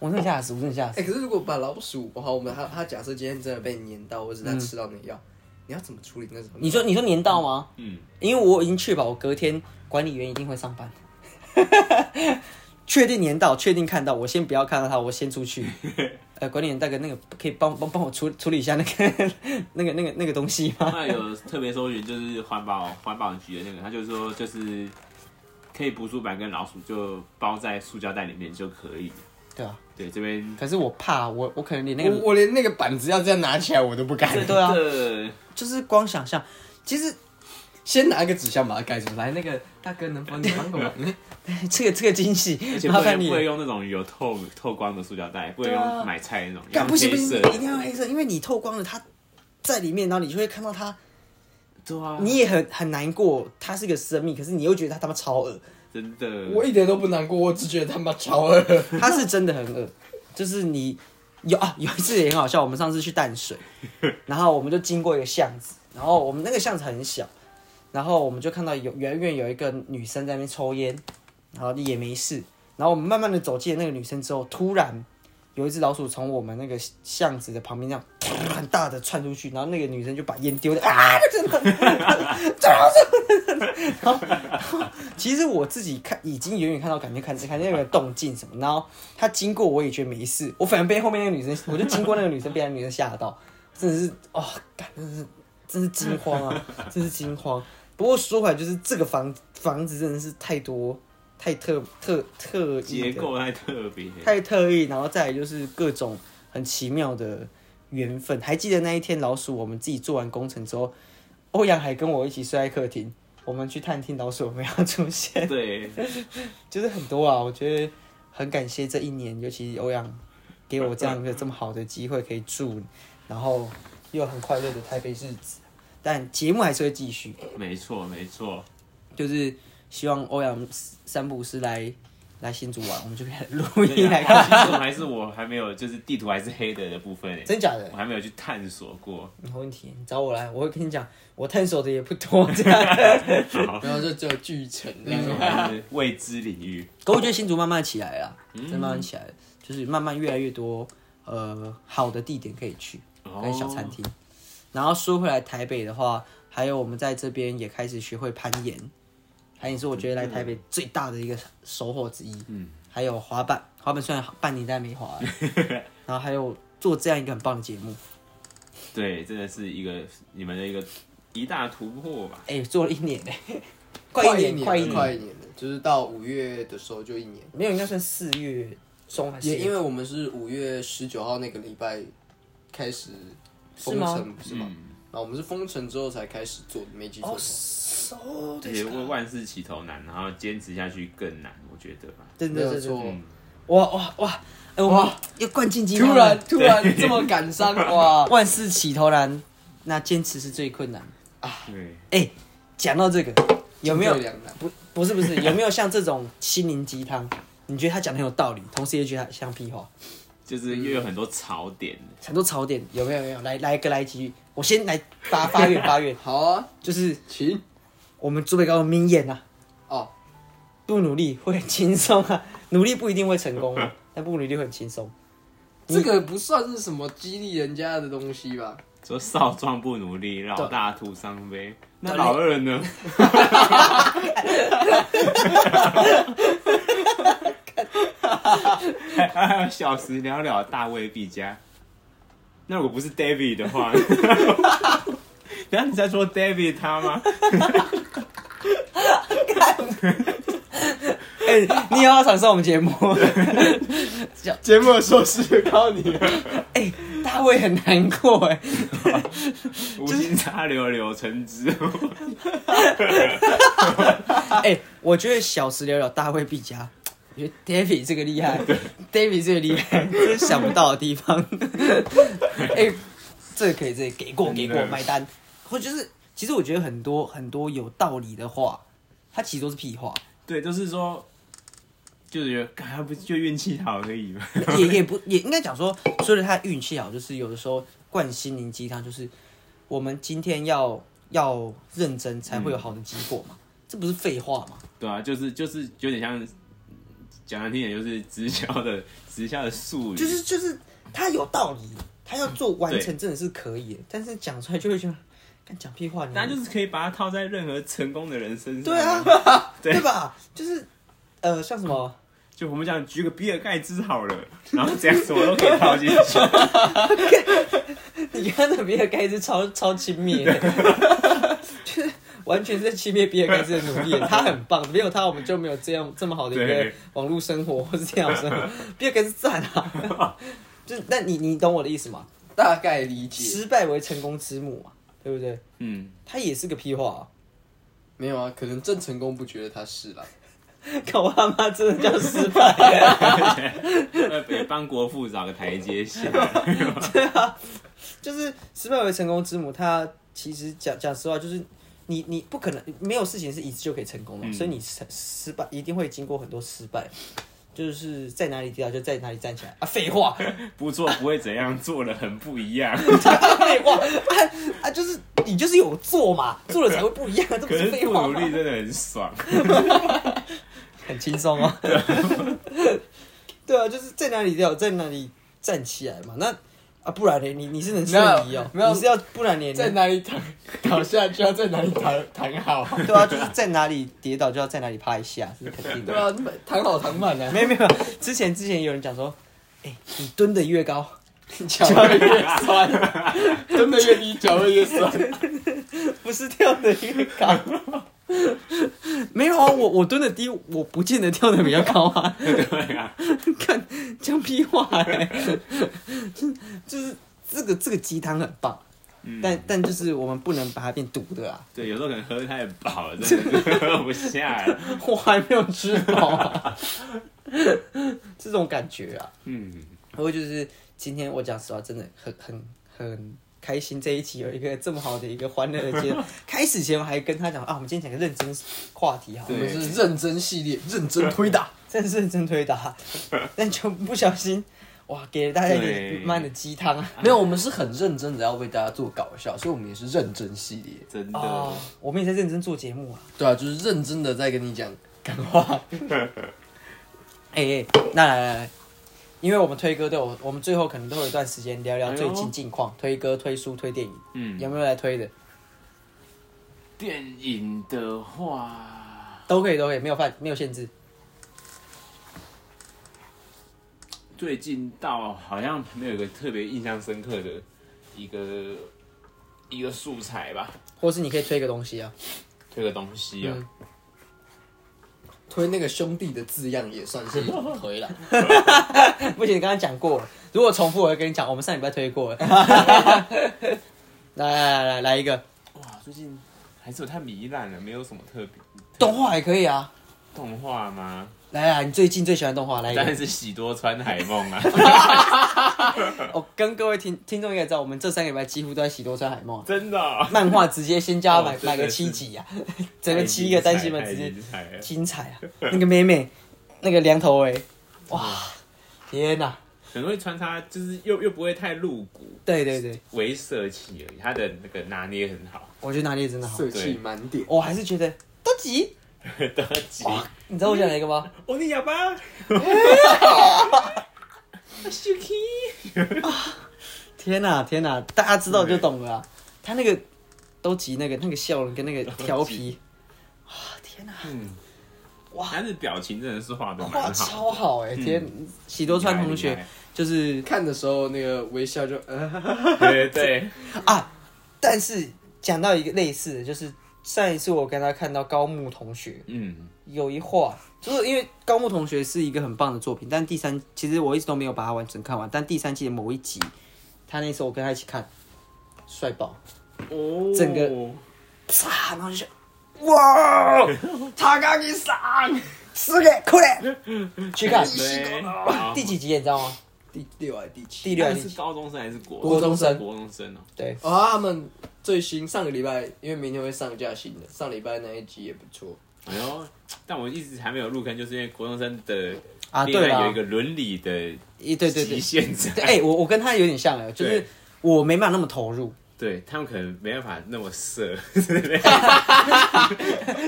Speaker 1: 我真的吓死，我真的吓
Speaker 3: 哎、
Speaker 1: 死。
Speaker 3: 可是如果把老鼠，好，我们他他假设今天真的被粘到，或者他吃到那个药，嗯你要怎么处理那种？
Speaker 1: 你说你说年到吗？
Speaker 2: 嗯，
Speaker 1: 因为我已经确保我隔天管理员一定会上班，确定年到，确定看到，我先不要看到他，我先出去。呃，管理员大哥，那个可以帮帮帮我处处理一下那个 那个那个那个东西吗？
Speaker 2: 那有特别搜寻，就是环保环保局的那个，他就说就是可以捕鼠板跟老鼠就包在塑胶袋里面就可以，
Speaker 1: 对啊，
Speaker 2: 对，这边
Speaker 1: 可是我怕我我可能连那
Speaker 3: 我
Speaker 1: 个
Speaker 3: 我连那个板子要这样拿起来我都不敢。
Speaker 1: 对啊
Speaker 2: 这
Speaker 1: 就是光想象，其实
Speaker 3: 先拿一个纸箱把它盖住。来，那个大哥能帮你帮个忙？
Speaker 1: 这个这个惊
Speaker 2: 而
Speaker 1: 喜
Speaker 2: 且不
Speaker 1: 麻烦
Speaker 2: 能
Speaker 1: 你
Speaker 2: 不能用那种有透透光的塑胶袋，不能
Speaker 1: 对啊
Speaker 2: 用买菜那种，
Speaker 1: 干
Speaker 2: 用
Speaker 1: 不行不
Speaker 2: 黑
Speaker 1: 行，
Speaker 2: 色。
Speaker 1: 一定要黑色，因为你透光了，它在里面，然后你就会看到它，
Speaker 2: 对啊，
Speaker 1: 你也很很难过，它是一个生命，可是你又觉得它他妈超恶，
Speaker 2: 真的，
Speaker 3: 我一点都不难过，我只觉得他妈超 恶。
Speaker 1: 它是真的很恶，就是你有啊有一次也很好笑，我们上次去淡水，然后我们就经过一个巷子，然后我们那个巷子很小，然后我们就看到有远远有一个女生在那边抽烟，然后也没事，然后我们慢慢的走近那个女生之后，突然有一只老鼠从我们那个巷子的旁边这样噗很大的窜出去，然后那个女生就把烟丢掉啊，真的，这老鼠，然后然后其实我自己看已经远远看到，感觉看看见那个动静什么，然后她经过我也觉得没事，我反而被后面那个女生， 我就经过那个女生被那个女生吓到，真的是哦，感真的是真是惊慌啊，真是惊慌。不过说回来，就是这个房房子真的是太多太特特特意
Speaker 2: 结
Speaker 1: 的
Speaker 2: 构太特别，
Speaker 1: 太特意，然后再来就是各种很奇妙的缘分。还记得那一天，老鼠我们自己做完工程之后，欧阳还跟我一起睡在客厅，我们去探听老鼠有没有出现，
Speaker 2: 对，
Speaker 1: 就是很多啊。我觉得很感谢这一年，尤其欧阳给我这样一个这么好的机会可以住，然后又很快乐的台北日子。但节目还是会继续，
Speaker 2: 没错没错，
Speaker 1: 就是希望欧阳三不五时来来新竹玩，我们就可以来录音来看。
Speaker 2: 这种还是啊我还没有，就是地图还是黑的的部分欸，
Speaker 1: 真假的
Speaker 2: 我？还没有去探索过。
Speaker 1: 没问题，你找我来，我会跟你讲，我探索的也不多，这样。
Speaker 3: 然后就只有巨城这样
Speaker 1: 嗯
Speaker 2: 这种还是未知领 域，
Speaker 1: 可我觉得新竹慢慢起来了，真慢慢起来了，就是慢慢越来越多呃好的地点可以去，跟
Speaker 3: 哦
Speaker 2: 哦
Speaker 1: 小餐厅。然后说回来台北的话，还有我们在这边也开始学会攀岩，攀岩是我觉得来台北最大的一个收获之一。嗯，还有滑板，滑板虽然半年但没滑了， 然后还有做这样一个很棒的节目，
Speaker 2: 对，真的是一个你们的一个一大突破吧。
Speaker 1: 哎、做了一年、哎，
Speaker 3: 快
Speaker 1: 一年，快一
Speaker 3: 快
Speaker 1: 年，
Speaker 3: 年了，快一年了，就是到五月的时候就一年。
Speaker 1: 没有，应该算四月中还是？
Speaker 3: 也因为我们是五月十九号那个礼拜开始封
Speaker 1: 是吗
Speaker 3: 城，不是吗？然后我们是封城之后才开始做的，没记错的话。
Speaker 1: 哦，
Speaker 2: 也为万事起头难，然后坚持下去更难，我觉得吧。
Speaker 1: 真
Speaker 3: 没
Speaker 1: 的
Speaker 3: 有
Speaker 1: 真的，
Speaker 3: 错，
Speaker 1: 哇哇哇！哎，哇，又灌进鸡汤
Speaker 3: 突
Speaker 1: 了
Speaker 3: 然突然这么感 伤哇！
Speaker 1: 万事起头难，那坚持是最困难。
Speaker 2: 对，
Speaker 1: 哎，讲到这个，有没有
Speaker 3: 进退两难
Speaker 1: 不不是不是有没有像这种心灵鸡汤？你觉得他讲的很有道理，同时也觉得他像屁话，
Speaker 2: 就是又有很多槽点，
Speaker 1: 很多槽点有没有？有没有，来来一个来几句，我先来发发愿发愿，
Speaker 3: 好啊，
Speaker 1: 就是
Speaker 3: 请
Speaker 1: 我们祖北高的名言啊，
Speaker 3: 哦，
Speaker 1: 不努力会很轻松啊，努力不一定会成功啊，但不努力会很轻松。
Speaker 3: 这个不算是什么激励人家的东西吧？
Speaker 2: 说少壮不努力，老大徒伤悲。那
Speaker 1: 对
Speaker 2: 老二 呢？ 小时了了，大未必佳。那如果不是 David 的话， 然后你在说 David 他吗？
Speaker 1: 哎、你也要常上我们节目？
Speaker 3: 节目的收视靠你啊了，
Speaker 1: 哎、大卫很难过哎，
Speaker 2: 无心插柳柳橙 汁，
Speaker 1: 哎、我觉得小时了了，大卫必加。我觉得 David 这个厉害，David 这个厉害，真想不到的地方。哎、这个可以，这个给过给过
Speaker 2: 真的
Speaker 1: 买单，或就是其实我觉得很多很多有道理的话，它其实都是屁话，
Speaker 2: 对，就是说，就是觉得，干他不就运气好而已嘛。
Speaker 1: 也也不也应该讲说，说的他运气好，就是有的时候灌心灵鸡汤，就是我们今天要要认真才会有好的结果嘛，这不是废话嘛？
Speaker 2: 对啊，就是就是有点像，讲难听点就是直销的直销的术语，
Speaker 1: 就是就是他有道理，他要做完成
Speaker 2: 对
Speaker 1: 真的是可以的，但是讲出来就会觉得，干讲屁话，你
Speaker 2: 大家就是可以把它套在任何成功的人身上。
Speaker 1: 对啊，
Speaker 2: 对
Speaker 1: 对吧？就是呃，像什么
Speaker 2: 就我们讲举个比尔盖茨好了，然后这样什么都可以套进去，
Speaker 1: 你看那比尔盖茨超超亲密的，就是完全是在欺骗比尔盖茨的努力。他很棒，没有他我们就没有这样这么好的一个
Speaker 2: 对
Speaker 1: 网络生活或是这样的生活。比尔盖茨赞 啊，就是那你你懂我的意思吗？
Speaker 3: 大概理解。
Speaker 1: 失败为成功之母嘛，对不对？
Speaker 2: 嗯，
Speaker 1: 他也是个屁话、
Speaker 3: 没有啊，可能郑成功不觉得他是啦。
Speaker 1: 啊， 看我他妈真的叫失败。
Speaker 2: 那得帮呃国父找个台阶下。
Speaker 1: 就是失败为成功之母，它其实讲讲实话，就是你你不可能没有事情是一次就可以成功的，
Speaker 2: 嗯
Speaker 1: 所以你失失败一定会经过很多失败，就是在哪里跌倒就在哪里站起来啊！废话，
Speaker 2: 不做不会怎样，做了很不一样。
Speaker 1: 废话啊啊！就是你就是有做嘛，做了才会不一样，这不
Speaker 2: 可是
Speaker 1: 废
Speaker 2: 不
Speaker 1: 话
Speaker 2: 努
Speaker 1: 吗？
Speaker 2: 力真的很爽。
Speaker 1: 很轻松哦。 对啊，就是在哪里跌倒在哪里站起来嘛。那啊，不然呢？你你是能瞬移哦，
Speaker 3: 没有没有
Speaker 1: 你是要不然你
Speaker 3: 在哪里躺倒下就要在哪里躺躺好。
Speaker 1: 对啊，就是在哪里跌倒就要在哪里趴一下，这是肯定的
Speaker 3: 对。啊，躺好躺满啊，
Speaker 1: 没有没有，之前之前有人讲说，哎、你蹲的越 高，
Speaker 3: 脚会越酸， 真的越低脚会越酸。
Speaker 1: 不是跳的越高。没有啊，我我蹲的低，我不见得跳的比较高啊。
Speaker 2: 对啊，
Speaker 1: 看讲屁话哎、就是这个这个鸡汤很棒，
Speaker 2: 嗯
Speaker 1: 但但就是我们不能把它变毒的啊。
Speaker 2: 对，有时候可能喝太饱了，真的是喝不下了。
Speaker 1: 我还没有吃饱、啊， 这种感觉啊。
Speaker 2: 嗯，
Speaker 1: 不过就是今天我讲实话，真的很很很开心，这一期有一个这么好的一个欢乐的 阶段。开始前我还跟他讲啊，我们今天讲个认真话题好
Speaker 3: 我
Speaker 1: 了，
Speaker 2: 对
Speaker 3: 们是认真系列，认真推 打。
Speaker 1: 真是认真推打，但就不小心哇，给了大家一
Speaker 2: 对哎
Speaker 1: 点慢的鸡汤啊。
Speaker 3: 没有，我们是很认真的要为大家做搞笑，所以我们也是认真系列。
Speaker 2: 真的。
Speaker 1: 哦，我们也在认真做节目啊。
Speaker 3: 对啊，就是认真的在跟你讲干 话。
Speaker 1: 哎、哎，那来来来，因为我们推歌都有，我们最后可能都有一段时间聊聊最
Speaker 2: 哎
Speaker 1: 近
Speaker 2: 呦
Speaker 1: 近况，推歌、推书、推电影，
Speaker 2: 嗯
Speaker 1: 有没有来推的？
Speaker 2: 电影的话，
Speaker 1: 都可以，都可以，没有犯，没有限制。
Speaker 2: 最近到好像没有一个特别印象深刻的一个一个素材吧，
Speaker 1: 或是你可以推个东西啊，
Speaker 2: 推个东西啊。
Speaker 1: 嗯
Speaker 3: 推那个兄弟的字样也算是一种推 啦。
Speaker 1: 不行，你刚刚讲过了。如果重复，我会跟你讲。我们上礼拜推过了。 来来来来来一个
Speaker 2: 哇，最近还是有太糜烂了，没有什么特别
Speaker 1: 动画也可以啊。
Speaker 2: 动画吗？
Speaker 1: 来来，你最近最喜欢动画来一
Speaker 2: 当然
Speaker 1: 个。
Speaker 2: 是喜多川海 梦啊，
Speaker 1: 我、跟各位听听众应该知道，我们这三个礼拜几乎都在喜多川海梦啊。
Speaker 2: 真的哦、
Speaker 1: 漫画直接先加买、
Speaker 2: 哦真的
Speaker 1: 买个
Speaker 2: 是
Speaker 1: 七集啊，整个七个单行本直接
Speaker 2: 哎太精彩了
Speaker 1: 精彩啊！那个妹妹，那个梁头围，哇，
Speaker 2: 嗯
Speaker 1: 天哪、
Speaker 2: 很会穿插，就是又又不会太露骨，
Speaker 1: 对对对，
Speaker 2: 为色气而已。他的那个拿捏很好，
Speaker 1: 我觉得哪里真的好，
Speaker 3: 色气满点，
Speaker 1: 我还是觉得多吉，
Speaker 2: 得吉。
Speaker 1: 你知道我讲哪一个吗？
Speaker 2: 哦，你哑巴。Suki，
Speaker 1: 天呐、天呐、大家知道就懂了啊、他那个都集那个那个笑容跟那个调 皮，啊天呐、
Speaker 2: 嗯，
Speaker 1: 哇
Speaker 2: 他的表情真的是画的
Speaker 1: 画
Speaker 2: 蛮好。
Speaker 1: 超好哎、天，喜多川同
Speaker 2: 厉
Speaker 1: 学
Speaker 2: 害
Speaker 1: 就是
Speaker 3: 看的时候那个微笑就 呃，
Speaker 2: 对对 对，
Speaker 1: 啊，但是讲到一个类似的，就是上一次我跟他看到高木同学
Speaker 2: 嗯，
Speaker 1: 有一话，就是因为高木同学是一个很棒的作品，但第三其实我一直都没有把它完整看完，但第三季的某一集，他那时候我跟他一起看，帅爆。
Speaker 2: 哦，
Speaker 1: 整个啪，然后就想，哇，他刚给上，是的，快点去看
Speaker 2: 对，好
Speaker 1: 嗯第几集你知道吗？
Speaker 3: 第六还是第七？
Speaker 1: 第六还
Speaker 2: 他
Speaker 1: 是第
Speaker 2: 啊是
Speaker 1: 七
Speaker 2: 高中生还是国
Speaker 1: 国中生
Speaker 2: 国中生哦，
Speaker 1: 对，
Speaker 3: 哦，他们最新上个礼拜，因为明天会上架新的，上礼拜那一集也不错。
Speaker 2: 哎呦，但我一直还没有入坑，就是因为国中生的
Speaker 1: 啊
Speaker 2: 恋
Speaker 1: 对啦
Speaker 2: 爱有一个伦理的
Speaker 1: 一对对
Speaker 2: 极
Speaker 1: 对，
Speaker 2: 限在，
Speaker 1: 对，哎、我我跟他有点像哎，就是
Speaker 2: 对
Speaker 1: 我没办法那么投入。
Speaker 2: 对他们可能没办法那么色，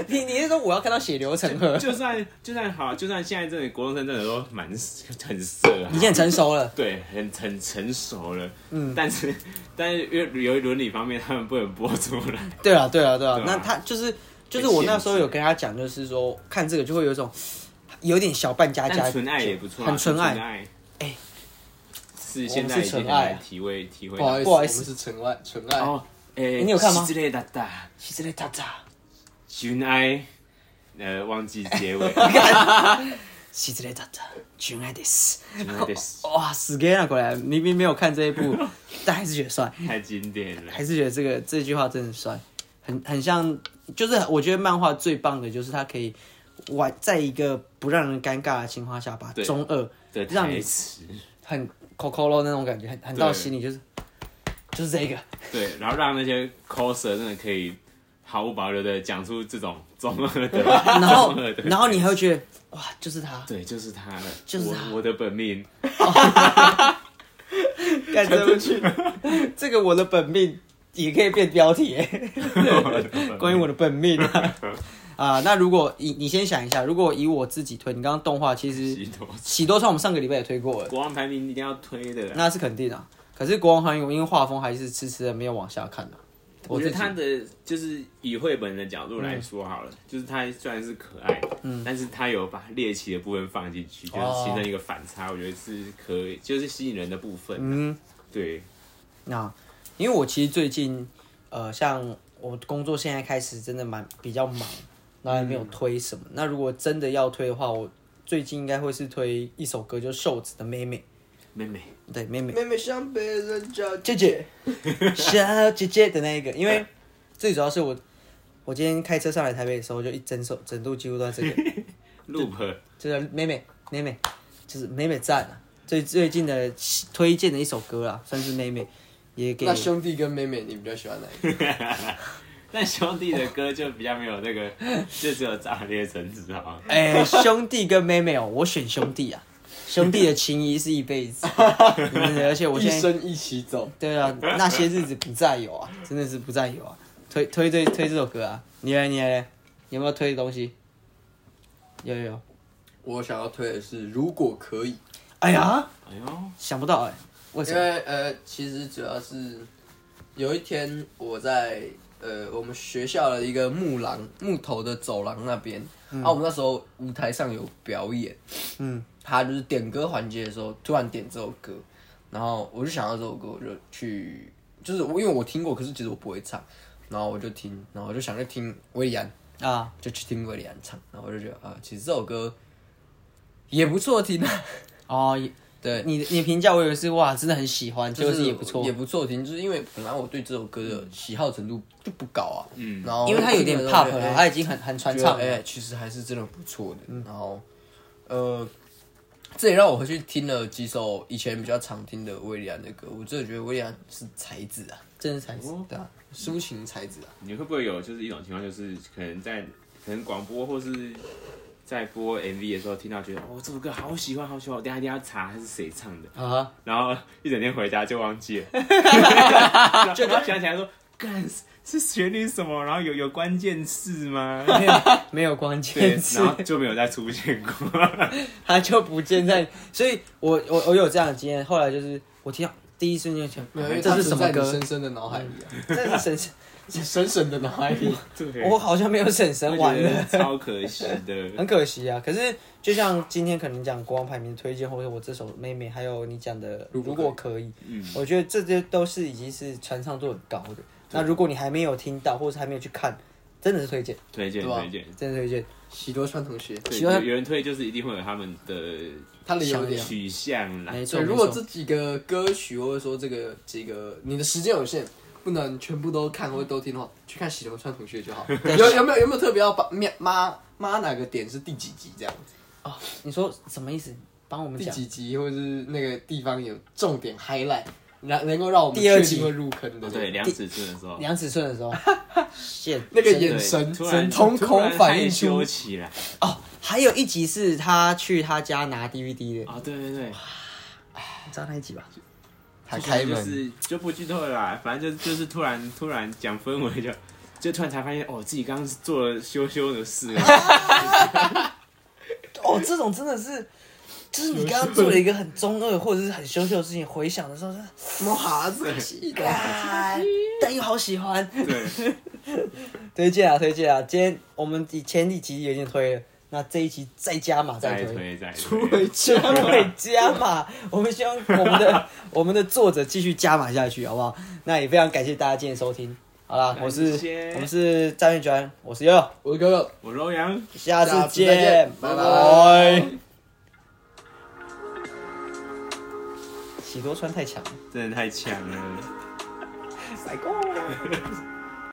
Speaker 1: 你你是说我要看到血流成 河？
Speaker 2: 就算就算好，就算现在这里国中生真的都蛮很色啊
Speaker 1: 你，现在成熟了，
Speaker 2: 对，很很成熟了，
Speaker 1: 嗯，
Speaker 2: 但是但是因为由于伦理方面他们不能播出来，
Speaker 1: 对啊对啊对啊
Speaker 2: 对，啊
Speaker 1: 那他就是就是我那时候有跟他讲，就是说看这个就会有一种有点小半家家
Speaker 2: 但纯爱也不错啊，
Speaker 1: 很纯爱
Speaker 2: 爱，
Speaker 1: 哎
Speaker 2: 是现在已经很难体会体会
Speaker 3: 不好
Speaker 2: 到。
Speaker 3: 意思，哦
Speaker 1: 不好意思
Speaker 3: 我们是纯爱，纯爱。
Speaker 2: 哦，哎，
Speaker 1: 你有看吗
Speaker 2: 失恋哒哒，
Speaker 1: 其实嘞，他咋？
Speaker 2: 寻哀，呃，忘记结 尾，
Speaker 1: 失礼だった。純愛です。
Speaker 2: 寻哀的死
Speaker 1: 哇，死 gay 了过来，明明没有看这一 部，但还是觉得帅，
Speaker 2: 太经典了。
Speaker 1: 还是觉得这个这句话真的帅，很很像，就是我觉得漫画最棒的就是它可以玩在一个不让人尴尬的情况下，把
Speaker 2: 对
Speaker 1: 中二
Speaker 2: 的
Speaker 1: 让
Speaker 2: 台
Speaker 1: 你
Speaker 2: 词，
Speaker 1: 很 coco 咯那种感觉，很很到心里就是就是这个，
Speaker 2: 对，然后让那些 coser 真的可以毫无保留的讲出这种中二的，然
Speaker 1: 然 后然后你还会觉得哇，就是他，
Speaker 2: 对，就是他了，
Speaker 1: 就是
Speaker 2: 我
Speaker 1: 他
Speaker 2: 我的本 命，
Speaker 1: 干这部剧， 这个我的本命也可以变标 题耶。关于我的本命啊。
Speaker 2: 嗯
Speaker 1: 啊，那如果以你先想一下，如果以我自己推，你刚刚动画其实
Speaker 2: 洗头
Speaker 1: 喜多川我们上个礼拜也推过了，
Speaker 2: 国王排名一定要推的啦，
Speaker 1: 那是肯定啊。可是国王航勇因为画风还是迟迟的没有往下看的、啊
Speaker 2: 我
Speaker 1: 自
Speaker 2: 觉
Speaker 1: 己嗯
Speaker 2: 得他的就是以绘本的角度来说好了，就是他虽然是可爱，嗯，但是他有把猎奇的部分放进去，就是
Speaker 1: 哦
Speaker 2: 形成一个反差，我觉得是可以，就是吸引人的部分。啊
Speaker 1: 嗯，
Speaker 2: 对，
Speaker 1: 那啊因为我其实最近呃，像我工作现在开始真的蛮比较忙，那还没有推什
Speaker 2: 嗯
Speaker 1: 么。那如果真的要推的话，我最近应该会是推一首歌，就是瘦子的妹妹，
Speaker 2: 妹妹，
Speaker 1: 对妹妹。
Speaker 3: 妹妹像被人叫
Speaker 1: 姐姐，小姐姐的那一个，因为最主要是我，我今天开车上来台北的时候，就一整首整路几乎都在这个，
Speaker 2: Loop
Speaker 1: 就是妹妹妹妹，就是妹妹赞啊，最最近的推荐的一首歌啦，算是妹妹，也给
Speaker 3: 那兄弟跟妹妹，你比较喜欢哪一个？
Speaker 2: 但兄弟的歌就比较没有那个，就只有炸裂橙子啊。
Speaker 1: 哎、兄弟跟妹妹哦、我选兄弟啊，兄弟的情谊是一辈 子，真的而且我
Speaker 3: 一
Speaker 1: 现在
Speaker 3: 生一起走。
Speaker 1: 对啊，那些日子不再有啊，真的是不再有啊。推推推推这首歌啊，你来你来，你有没有推的东西？有有有。
Speaker 3: 我想要推的是，如果可以，
Speaker 1: 哎呀，
Speaker 2: 哎呦，
Speaker 1: 想不到哎、为什
Speaker 3: 因
Speaker 1: 么？
Speaker 3: 为呃，其实主要是有一天我在呃我们学校的一个木廊木头的走廊那边，啊，我们那时候舞台上有表演，
Speaker 1: 嗯，
Speaker 3: 他就是点歌环节的时候突然点这首歌，然后我就想到这首歌，我就去，就是我因为我听过，可是其实我不会唱，然后我就听，然后我就想去听威利安，
Speaker 1: 啊，
Speaker 3: 就去听威利安唱，然后我就觉得啊，其实这首歌也不错听啊，
Speaker 1: 哦，也
Speaker 3: 对。
Speaker 1: 你你评价我以为是哇，真的很喜欢，结果是也不错
Speaker 3: 也，不错听，就是因为本来我对这首歌的喜好程度就不高啊，嗯，然后
Speaker 1: 因为它有点
Speaker 2: 哦
Speaker 1: pop
Speaker 3: 了，
Speaker 1: 了，
Speaker 3: 哎
Speaker 1: 它已经很很传唱
Speaker 3: 觉得哎、
Speaker 1: 了。
Speaker 3: 其实还是真的不错的。然后，呃，这也让我回去听了几首以前比较常听的威廉的歌，我真的觉得威廉是才子啊，
Speaker 1: 真的才是
Speaker 3: 对啊，抒情才子啊。
Speaker 2: 你会不会有就是一种情况，就是可能在可能广播或是在播 MV 的时候听到，觉得哦这首歌好喜欢，好喜欢，我等一下一定要查它是谁唱的。
Speaker 1: 啊，
Speaker 2: 然后一整天回家就忘 记了，就就想起来说，干是旋律什么？然后有有关键字吗？
Speaker 1: 没有没有关
Speaker 2: 对
Speaker 1: 键，词
Speaker 2: 然，后就没有再出现过。
Speaker 1: 它就不见在。所以我我我有这样的经验，后来就是我听到第一瞬间就想，
Speaker 3: 没有因为
Speaker 1: 这
Speaker 3: 它
Speaker 1: 是什
Speaker 3: 存
Speaker 1: 么
Speaker 3: 在你
Speaker 1: 歌？
Speaker 3: 深深的脑海里啊，
Speaker 1: 这是神，
Speaker 3: 深深的脑海 里。
Speaker 2: 对，
Speaker 1: 我好像没有婶婶
Speaker 2: 我
Speaker 1: 玩
Speaker 2: 觉
Speaker 1: 了
Speaker 2: 得。超可惜的。
Speaker 1: 很可惜啊。可是就像今天可能讲国王排名推荐，或者我这首《妹妹》，还有你讲的《如
Speaker 3: 如果
Speaker 1: 果可以》，
Speaker 2: 嗯
Speaker 1: 我觉得这些都是已经是传唱度很高的。那如果你还没有听到，或者还没有去看，真的是推荐，
Speaker 2: 推荐
Speaker 3: 对吧啊
Speaker 2: 推荐，
Speaker 1: 真的推荐。
Speaker 3: 喜多川同学，
Speaker 2: 对，
Speaker 1: 喜欢
Speaker 2: 有有人推就是一定会有他们的
Speaker 3: 他的优点啊。
Speaker 2: 取向啦。
Speaker 1: 没错，
Speaker 3: 对，如果
Speaker 1: 没错
Speaker 3: 这几个歌曲或者说这个几个你的时间有限，不能全部都看或都听的话，去看喜头川同学 就好。有有没有有没有特别要把面妈妈哪个点是第几集这样子？
Speaker 1: 啊，你说什么意思？帮我们
Speaker 3: 第
Speaker 1: 讲。
Speaker 3: 几集或者是那个地方有重点 highlight，能能够让我们
Speaker 1: 第二
Speaker 3: 确
Speaker 1: 集
Speaker 3: 定会入坑的。
Speaker 2: 对，，量尺寸的 时候，
Speaker 1: 量尺寸的时候，现
Speaker 3: 那个
Speaker 2: 对
Speaker 3: 眼神
Speaker 2: 突然
Speaker 3: 瞳
Speaker 2: 突然
Speaker 3: 孔反
Speaker 2: 害
Speaker 3: 映
Speaker 2: 羞
Speaker 3: 出，
Speaker 2: 起来。
Speaker 1: 哦，还有一集是他去他家拿 DVD 的，
Speaker 2: 啊，对对对，
Speaker 1: 你知道那一集吧？
Speaker 3: 他开
Speaker 2: 就
Speaker 3: 门，
Speaker 2: 是就不剧透了啦，反正就是就是突然突然讲氛围就就突然才发现哦，自己刚刚做了羞羞的事，
Speaker 1: 哦，这种真的是，就是你刚刚做了一个很中二或者是很羞羞的事情，回想的时候，真的
Speaker 3: 摸哈子气的。
Speaker 1: 啊，但又好喜欢，
Speaker 2: 对，
Speaker 1: 推荐啊推荐啊！今天我们以前几集有点推了，那这一集再加码
Speaker 2: 再
Speaker 1: 再推，
Speaker 2: 推再
Speaker 3: 不回
Speaker 2: 推，
Speaker 3: 家，
Speaker 1: 对，加 码。我们希望我们的我们的作者继续加码下去，好不好？那也非常感谢大家今天的收听，好啦，我是
Speaker 2: 感谢
Speaker 1: 我们是战运圈，我是悠悠，
Speaker 3: 我是哥哥，
Speaker 2: 我是欧阳。
Speaker 1: 下
Speaker 3: 下
Speaker 1: 次
Speaker 3: 次再
Speaker 1: 见
Speaker 3: 见，拜
Speaker 1: 拜
Speaker 3: 拜。
Speaker 1: 喜多川太强了。
Speaker 2: 真的太强了。
Speaker 3: 帅哥。